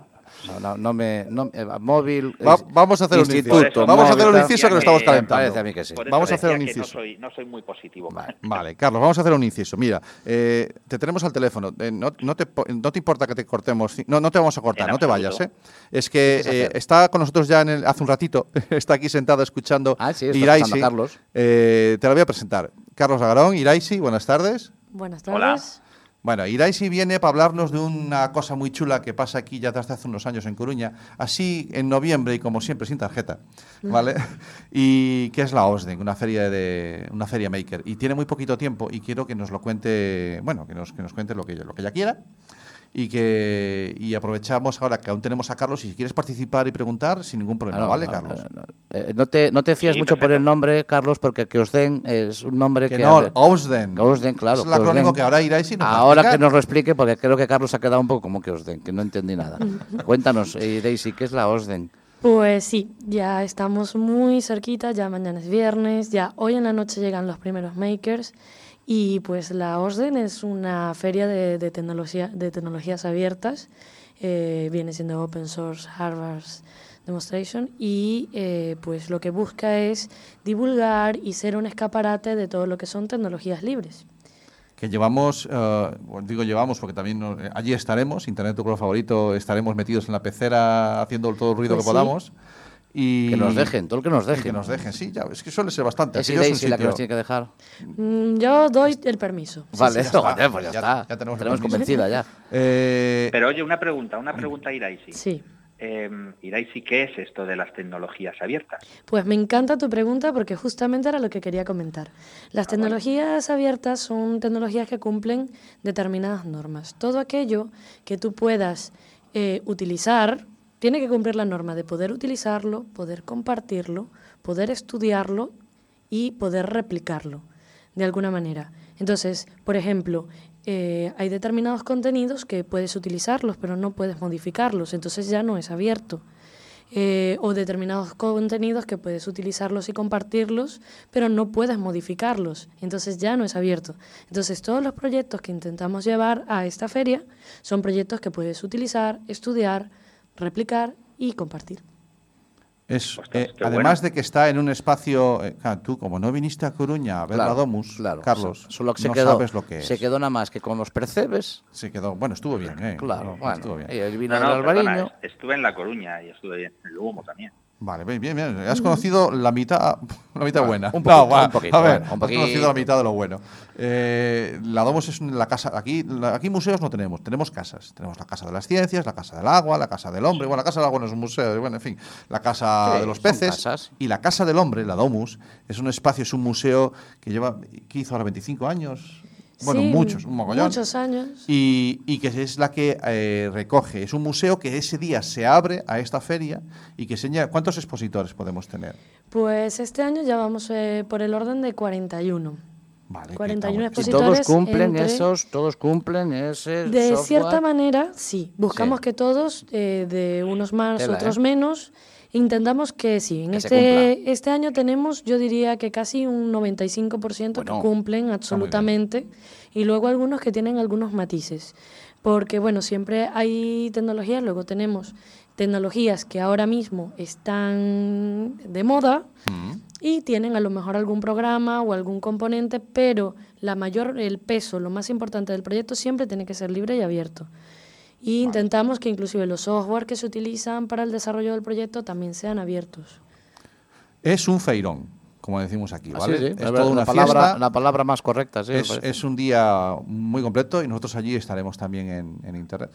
No, no, no me, no, eh, móvil. Va- es- vamos a hacer un instituto, inciso. Vamos a hacer un móvil, tal. inciso que lo decía estamos que- calentando. Parece a mí que sí. Por eso Vamos a hacer decía un que inciso. No soy, no soy muy positivo. Vale. Vale, Carlos, vamos a hacer un inciso. Mira, eh, te tenemos al teléfono. Eh, no, no te, po- no te importa que te cortemos. No, no te vamos a cortar, En no te absoluto. vayas. ¿eh? Es que ¿Qué quieres eh, hacer? está con nosotros ya en el- hace un ratito. está aquí sentado escuchando Ah, sí, está Iraisi. escuchando a Carlos. Eh, te la voy a presentar. Carlos Agarón, Iraisi, buenas tardes. Buenas Hola. tardes. Bueno, Iraisi viene para hablarnos de una cosa muy chula que pasa aquí ya desde hace unos años en Coruña, así en noviembre y como siempre sin tarjeta, ¿vale? Y que es la OSDEN, una feria de una feria maker y tiene muy poquito tiempo y quiero que nos lo cuente, bueno, que nos, que nos cuente lo que ella- lo que ella quiera. Y que y aprovechamos ahora que aún tenemos a Carlos y si quieres participar y preguntar sin ningún Ah, problema, no, ¿vale, no, Carlos? no, no. Eh, no te, no te fías Sí, mucho por perfecto. el nombre, Carlos, porque que os den es un nombre que. Que no, a ver, OSDEN. que os den, claro. Es el que os acrónimo den. que ahora Iraisi nos va a Ahora explicar. que nos lo explique, porque creo que Carlos ha quedado un poco como que Osden, que no entendí nada. Mm. Cuéntanos, eh, Daisy, ¿qué es la Osden? Pues sí, ya estamos muy cerquita, ya mañana es viernes, ya hoy en la noche llegan los primeros makers y pues la Osden es una feria de, de tecnología, de tecnologías abiertas, eh, viene siendo Open Source Harvard Demonstration y eh, pues lo que busca es divulgar y ser un escaparate de todo lo que son tecnologías libres. que llevamos, eh, bueno, digo llevamos porque también nos- eh, allí estaremos, Internet tu color favorito, estaremos metidos en la pecera haciendo todo el ruido Pues que sí. podamos. Y Que nos dejen, todo el que nos y dejen. Que nos dejen, sí, ya, es que suele ser bastante. Es aquello es un Daisy la que sitio- nos tiene que dejar. Mm, yo doy el permiso. vale, sí, ya joder, está. pues ya, Ya- está. ya tenemos el permiso. Pues tenemos convencida ya. Eh, Pero oye, una pregunta, una pregunta, Iraisi. Sí. eh, Iraisi, ¿qué es esto de las tecnologías abiertas? Pues me encanta tu pregunta porque justamente era lo que quería comentar. Las tecnologías abiertas son tecnologías que cumplen determinadas normas. Todo aquello que tú puedas eh, utilizar tiene que cumplir la norma de poder utilizarlo, poder compartirlo, poder estudiarlo y poder replicarlo de alguna manera. Entonces, por ejemplo, eh, hay determinados contenidos que puedes utilizarlos, pero no puedes modificarlos, entonces ya no es abierto. Eh, o determinados contenidos que puedes utilizarlos y compartirlos, pero no puedes modificarlos, entonces ya no es abierto. Entonces todos los proyectos que intentamos llevar a esta feria son proyectos que puedes utilizar, estudiar, replicar y compartir. Es, Ostras, eh, qué además bueno. de que está en un espacio. eh, claro, tú, como no viniste a Coruña a ver la Domus, Carlos, solo que se no quedó, sabes lo que es. Se quedó nada más que con los percebes. Se quedó- Bueno, estuvo bien, ¿eh? Claro, Estuvo bueno. bien. Y el vino No, no, del perdona, eh. albariño. es- estuve en La Coruña y estuve bien, en Lugo también. Vale, bien, bien, bien. Has conocido la mitad, la mitad Bueno, buena. un poquito, va, un poquito, a ver, bueno, un has conocido la poquito. mitad de lo bueno. Eh, la Domus es la casa. Aquí, la- aquí museos no tenemos, tenemos casas. Tenemos la casa de las ciencias, la casa del agua, la casa del hombre. Bueno, la casa del agua no es un museo, bueno, en fin. La casa Sí, de los son peces. casas. Y la casa del hombre, la Domus, es un espacio, es un museo que lleva, que hizo ahora 25 años. Bueno, Sí, muchos, un mogollón. Muchos años. Y, y que es la que eh, recoge. Es un museo que ese día se abre a esta feria y que enseña cuántos expositores podemos tener. Pues este año ya vamos eh, por el orden de 41. Vale, que 41 estamos- Si expositores todos cumplen entre- esos, todos cumplen ese De software. cierta manera, sí. Buscamos Sí. que todos, eh, de unos más, Tela, otros ¿eh? menos, intentamos que sí. En Que se este, este año tenemos, yo diría que casi un 95% Bueno, que cumplen absolutamente y luego algunos que tienen algunos matices. Porque, bueno, siempre hay tecnologías, luego tenemos tecnologías que ahora mismo están de moda, y tienen a lo mejor algún programa o algún componente, pero la mayor, el peso, lo más importante del proyecto siempre tiene que ser libre y abierto. Y intentamos que inclusive los software que se utilizan para el desarrollo del proyecto también sean abiertos. Es un feirón, como decimos aquí, Ah, ¿vale? sí, sí, Es la, toda la una palabra, fiesta. la palabra más correcta, sí. me es, parece. es un día muy completo y nosotros allí estaremos también en, en internet.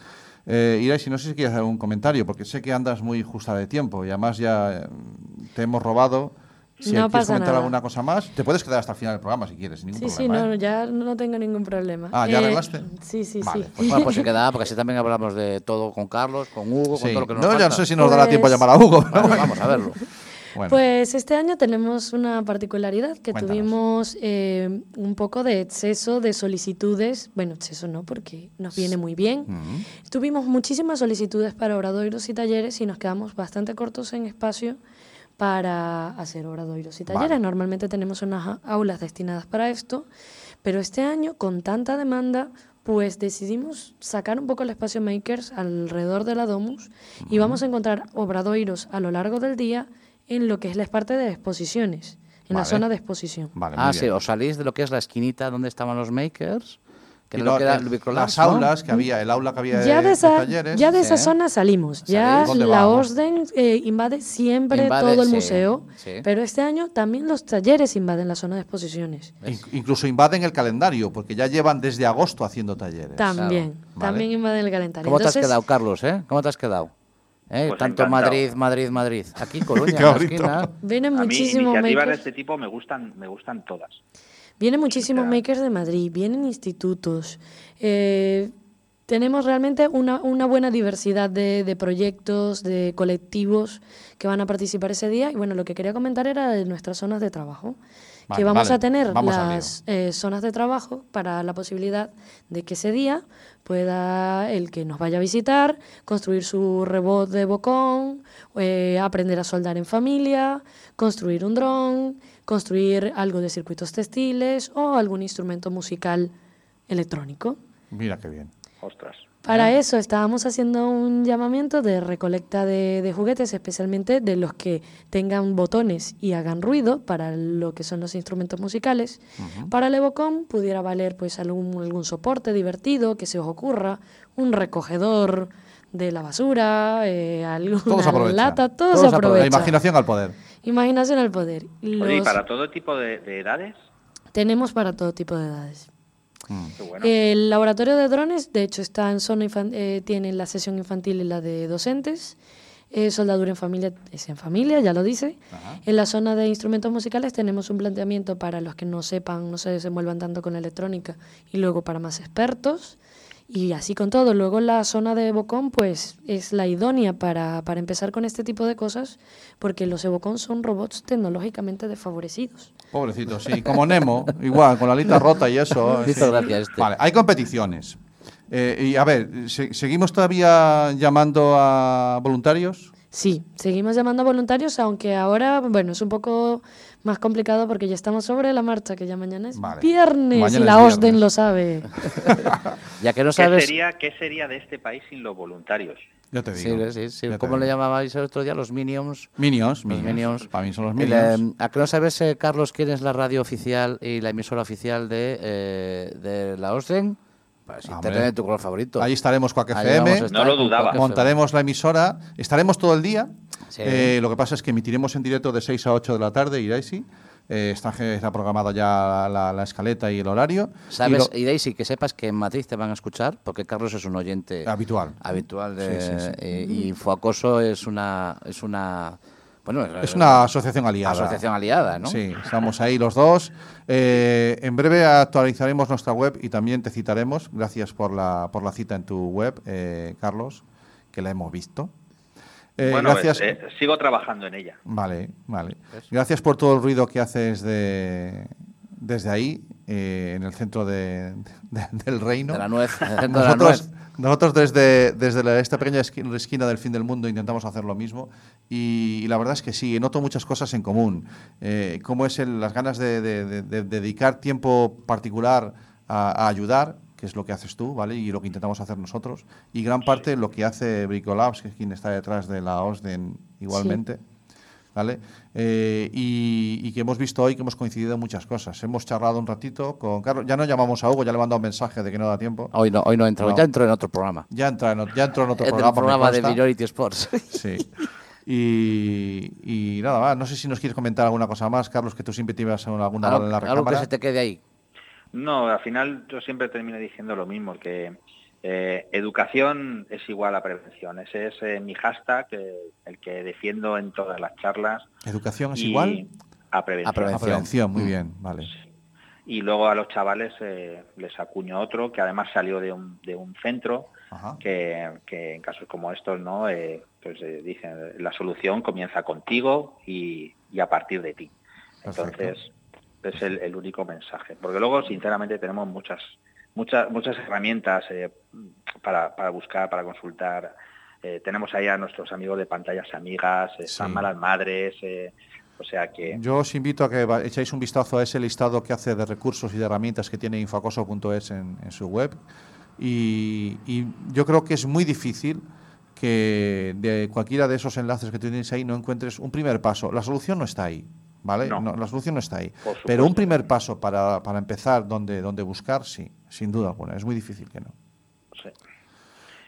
Eh, Irai, si no sé si quieres hacer un comentario, porque sé que andas muy justa de tiempo y además ya eh, te hemos robado. Si No quieres pasa comentar nada. alguna cosa más, te puedes quedar hasta el final del programa si quieres, sin ningún Sí, sí, problema. no, ¿eh? ya no tengo ningún problema. Eh, Ah, ¿ya arreglaste? Sí, sí, Vale, sí. Pues bueno, pues se queda, porque así también hablamos de todo con Carlos, con Hugo, Sí. con todo lo que nos No, ya falta. no sé si nos dará tiempo a Pues- llamar a Hugo. pero Bueno, bueno. vamos a verlo. Bueno. Pues este año tenemos una particularidad que Cuéntanos. tuvimos eh, un poco de exceso de solicitudes. Bueno, exceso no, porque nos viene muy bien. Mm. Tuvimos muchísimas solicitudes para obradoiros y talleres y nos quedamos bastante cortos en espacio para hacer obradoiros y Vale. talleres. Normalmente tenemos unas a- aulas destinadas para esto, pero este año con tanta demanda pues decidimos sacar un poco el espacio Makers alrededor de la Domus y vamos a encontrar obradoiros a lo largo del día en lo que es la parte de exposiciones, en la Vale. zona de exposición. Vale, muy ah, sí, bien. os salís de lo que es la esquinita donde estaban los makers, que Y era lo lo- que era el- el las Microlabs, ¿no? aulas que había, el aula que había de, Ya de, de esa, talleres. ya de esa sí. zona salimos. Ya ¿Dónde la vamos? orden eh, invade siempre Invade, todo el sí, museo, sí. pero este año también los talleres invaden la zona de exposiciones. Inc- incluso invaden el calendario, porque ya llevan desde agosto haciendo talleres. También, Vale. también invaden el calendario. ¿Cómo te has Entonces, quedado, Carlos? Eh? ¿Cómo te has quedado? Eh, Pues Tanto encantado. Madrid, Madrid, Madrid. Aquí, Coruña, en la Cabrito. esquina. Vienen A mí muchísimos iniciativas de makers. este tipo me gustan, me gustan todas. Vienen muchísimos makers de Madrid, vienen institutos. eh, tenemos realmente una, una buena diversidad de, de proyectos, de colectivos que van a participar ese día. Y bueno, lo que quería comentar era de nuestras zonas de trabajo. Vale, que vamos vale, a tener vamos al las eh, zonas de trabajo para la posibilidad de que ese día pueda el que nos vaya a visitar construir su rebot de bocón, eh, aprender a soldar en familia, construir un dron, construir algo de circuitos textiles o algún instrumento musical electrónico. Mira qué bien. Ostras. Ah. Para eso estábamos haciendo un llamamiento de recolecta de, de juguetes, especialmente de los que tengan botones y hagan ruido para lo que son los instrumentos musicales. Para el Evocom pudiera valer pues algún, algún soporte divertido que se os ocurra, un recogedor de la basura, eh, Todos alguna aprovechan. lata, todo se Todos apro- aprovecha. La imaginación al poder. Imaginación al poder. Oye, ¿y Los- para todo tipo de, de edades? Tenemos para todo tipo de edades. Qué bueno. El laboratorio de drones, de hecho, está en zona infan- eh, tiene la sesión infantil y la de docentes. Eh, soldadura en familia es en familia, ya lo dice. En la zona de instrumentos musicales tenemos un planteamiento para los que no sepan, no se desenvuelvan tanto con la electrónica y luego para más expertos. Y así con todo. Luego la zona de Bocón, pues es la idónea para, para empezar con este tipo de cosas, porque los Ebocón son robots tecnológicamente desfavorecidos. Pobrecito, sí. Como Nemo, igual, con la alita rota y eso. Me hizo sí. gracia este. Vale, hay competiciones. Eh, y a ver, ¿se- ¿seguimos todavía llamando a voluntarios? Sí, seguimos llamando a voluntarios, aunque ahora, bueno, es un poco más complicado porque ya estamos sobre la marcha, que ya mañana es Vale. viernes Mañana y es la viernes. OSDEN lo sabe. Ya que no ¿Qué sabes. sería, ¿Qué sería de este país sin los voluntarios? Ya te Sí, digo. sí, sí. Ya te ¿Cómo digo. le llamabais el otro día? Los Minions. Minions, Los minions. Minions. Para mí son los El, minions. eh, ¿A que no sabes, eh, Carlos, quién es la radio oficial y la emisora oficial de, eh, de la OSDEN? Pues Hombre. internet tu color favorito. Ahí estaremos Cuac Ahí vamos a FM. estar No lo con dudaba. cualquier Montaremos la emisora, estaremos todo el día. Sí. Eh, lo que pasa es que emitiremos en directo de 6 a 8 de la tarde, Iraisi. Eh, está, está programada ya la, la escaleta y el horario. Y Sabes, lo- y Daisy, que sepas que en Madrid te van a escuchar, porque Carlos es un oyente Habitual. habitual de, Sí, sí, sí. eh, y Foacoso es una es una bueno es una asociación aliada. eh, asociación aliada, ¿no? Sí, estamos ahí los dos. Eh, en breve actualizaremos nuestra web y también te citaremos. Gracias por la, por la cita en tu web, eh, Carlos, que la hemos visto. Eh, bueno, gracias. eh, sigo trabajando en ella. Vale, vale. Gracias por todo el ruido que haces de- desde ahí, eh, en el centro de- de- del reino. De la nuez, de la Nosotros, nuez. nosotros desde, desde la- esta pequeña esqui- esquina, del fin del mundo intentamos hacer lo mismo y, la verdad es que sí, noto muchas cosas en común, Eh, como es el- las ganas de, de- de- de dedicar tiempo particular a, a ayudar, que es lo que haces tú, ¿vale? Y lo que intentamos hacer nosotros, y gran parte lo que hace Bricolabs, que es quien está detrás de la OSDEN igualmente. ¿Vale? Eh, y, y que hemos visto hoy que hemos coincidido en muchas cosas. Hemos charlado un ratito con Carlos. Ya no llamamos a Hugo, ya le he mandado un mensaje de que no da tiempo. Hoy no, hoy no entro, No. ya entro en otro programa. Ya entra en, ot- ya entró en otro En programa. el me programa de consta. Minority Sports. Sí. Y, y nada más, no sé si nos quieres comentar alguna cosa más, Carlos, que tú siempre te ibas a una- alguna hora algo, en la algo que recámara. se te quede ahí. No, al final yo siempre termino diciendo lo mismo, que eh, educación es igual a prevención. Ese es eh, mi hashtag, eh, el que defiendo en todas las charlas. Educación es y igual A prevención. A prevención. a prevención, muy Mm. bien, vale. Y luego a los chavales eh, les acuño otro, que además salió de un, de un centro, Ajá. que, que en casos como estos, ¿no? Eh, pues eh, dicen, la solución comienza contigo y, y a partir de ti. Perfecto. Entonces, es el, el único mensaje. Porque luego, sinceramente, tenemos muchas, muchas, muchas herramientas eh, para, para buscar, para consultar. Eh, tenemos ahí a nuestros amigos de pantallas amigas, eh, están Sí. malas madres, eh, o sea que Yo os invito a que va- echéis un vistazo a ese listado que hace de recursos y de herramientas que tiene infacoso.es en, en su web. Y, y yo creo que es muy difícil que de cualquiera de esos enlaces que tú tienes ahí no encuentres un primer paso. La solución no está ahí, ¿vale? No. la solución no está ahí. Por supuesto. Pero un primer paso para, para empezar donde, donde buscar, sí, sin duda alguna. Es muy difícil que no. sí.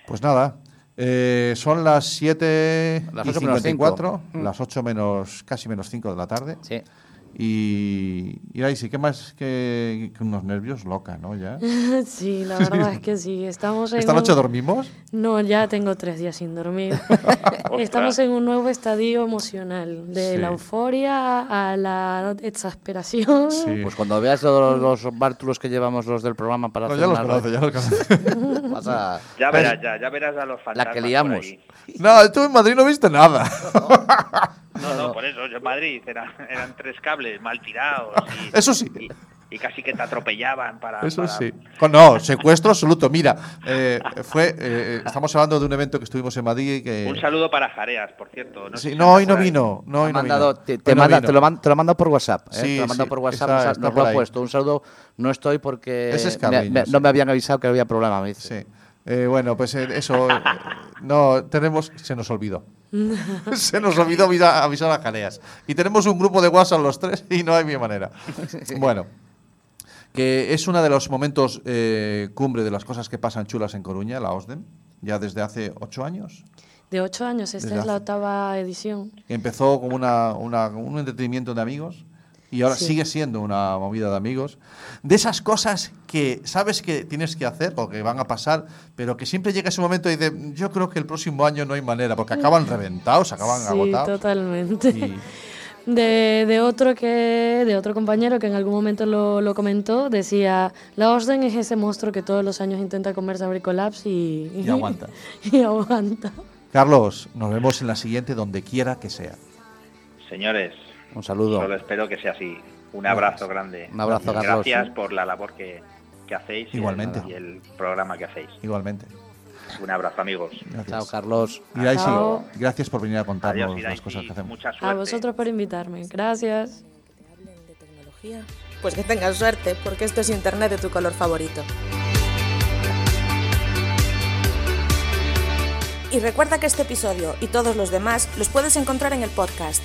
Pues nada, eh, son las 7 Las y ocho menos 54, cinco. Mm. las 8 menos, casi menos 5 de la tarde. Sí. Y, y ahí sí, ¿qué más que, que unos nervios? Loca, ¿no? Ya. sí, la verdad es que sí. Estamos en ¿Esta noche un- dormimos? No, ya tengo tres días sin dormir. Estamos en un nuevo estadio emocional, de la Sí. euforia a la exasperación. Sí. Pues cuando veas lo- los, bártulos que llevamos los del programa para No, hacer ya los una- conoce, ya los conoce. vas a- Ya verás, ya, ya verás a los fantasmas. por liamos. ahí. No, tú en Madrid no viste nada. No, no, por eso, yo en Madrid eran, eran tres cables mal tirados. Y, Eso sí. Y, y casi que te atropellaban para. Eso para- sí. Con- No, secuestro absoluto. Mira, eh, fue, eh, estamos hablando de un evento que estuvimos en Madrid y que... Un saludo para Jareas, por cierto. Sí, sé si no, hoy está no por ahí. vino. No, hoy ha no mandado- vino. te, Hoy te no manda- vino. te lo man- te lo ha mandado por WhatsApp. ¿eh? Sí, te lo ha mandado sí, por WhatsApp. está- nos ha- está nos por lo ha ahí. puesto. Un saludo. No estoy porque Ese es me- me- Carliños. no me habían avisado que había programa. Me dice. Sí. Eh, bueno, pues eh, eso. eh, no, tenemos. Se nos olvidó. se nos olvidó avisa- avisar a Janeas. Y tenemos un grupo de WhatsApp los tres y no hay mi manera. Bueno. Que es uno de los momentos eh, cumbre de las cosas que pasan chulas en Coruña, la OSDEM, ya desde hace ocho años. De ocho años, esta Desde es la hace- octava edición. Empezó como una, una- un entretenimiento de amigos y ahora Sí. sigue siendo una movida de amigos, de esas cosas que sabes que tienes que hacer o que van a pasar, pero que siempre llega ese momento y de, yo creo que el próximo año no hay manera, porque acaban reventados, acaban sí, agotados. totalmente. Y- De, de otro que de otro compañero que en algún momento lo, lo comentó, decía, la Orden es ese monstruo que todos los años intenta comerse a Bricolaps y, Y aguanta. y aguanta. Carlos, nos vemos en la siguiente, donde quiera que sea. Señores, Un saludo. solo espero que sea así. Un abrazo grande. Un abrazo, Y Carlos. Gracias por la labor que, que hacéis y el- Igualmente. y el, programa que hacéis. Igualmente. Un abrazo, amigos. Chao, Gracias. Carlos. Y Daisy, Chao. gracias por venir a Adiós, contarnos y las cosas que hacemos. mucha suerte. A vosotros por invitarme. Gracias. ¿Te hablen de tecnología? Pues que tengan suerte, porque esto es Internet de tu color favorito. Y recuerda que este episodio y todos los demás los puedes encontrar en el podcast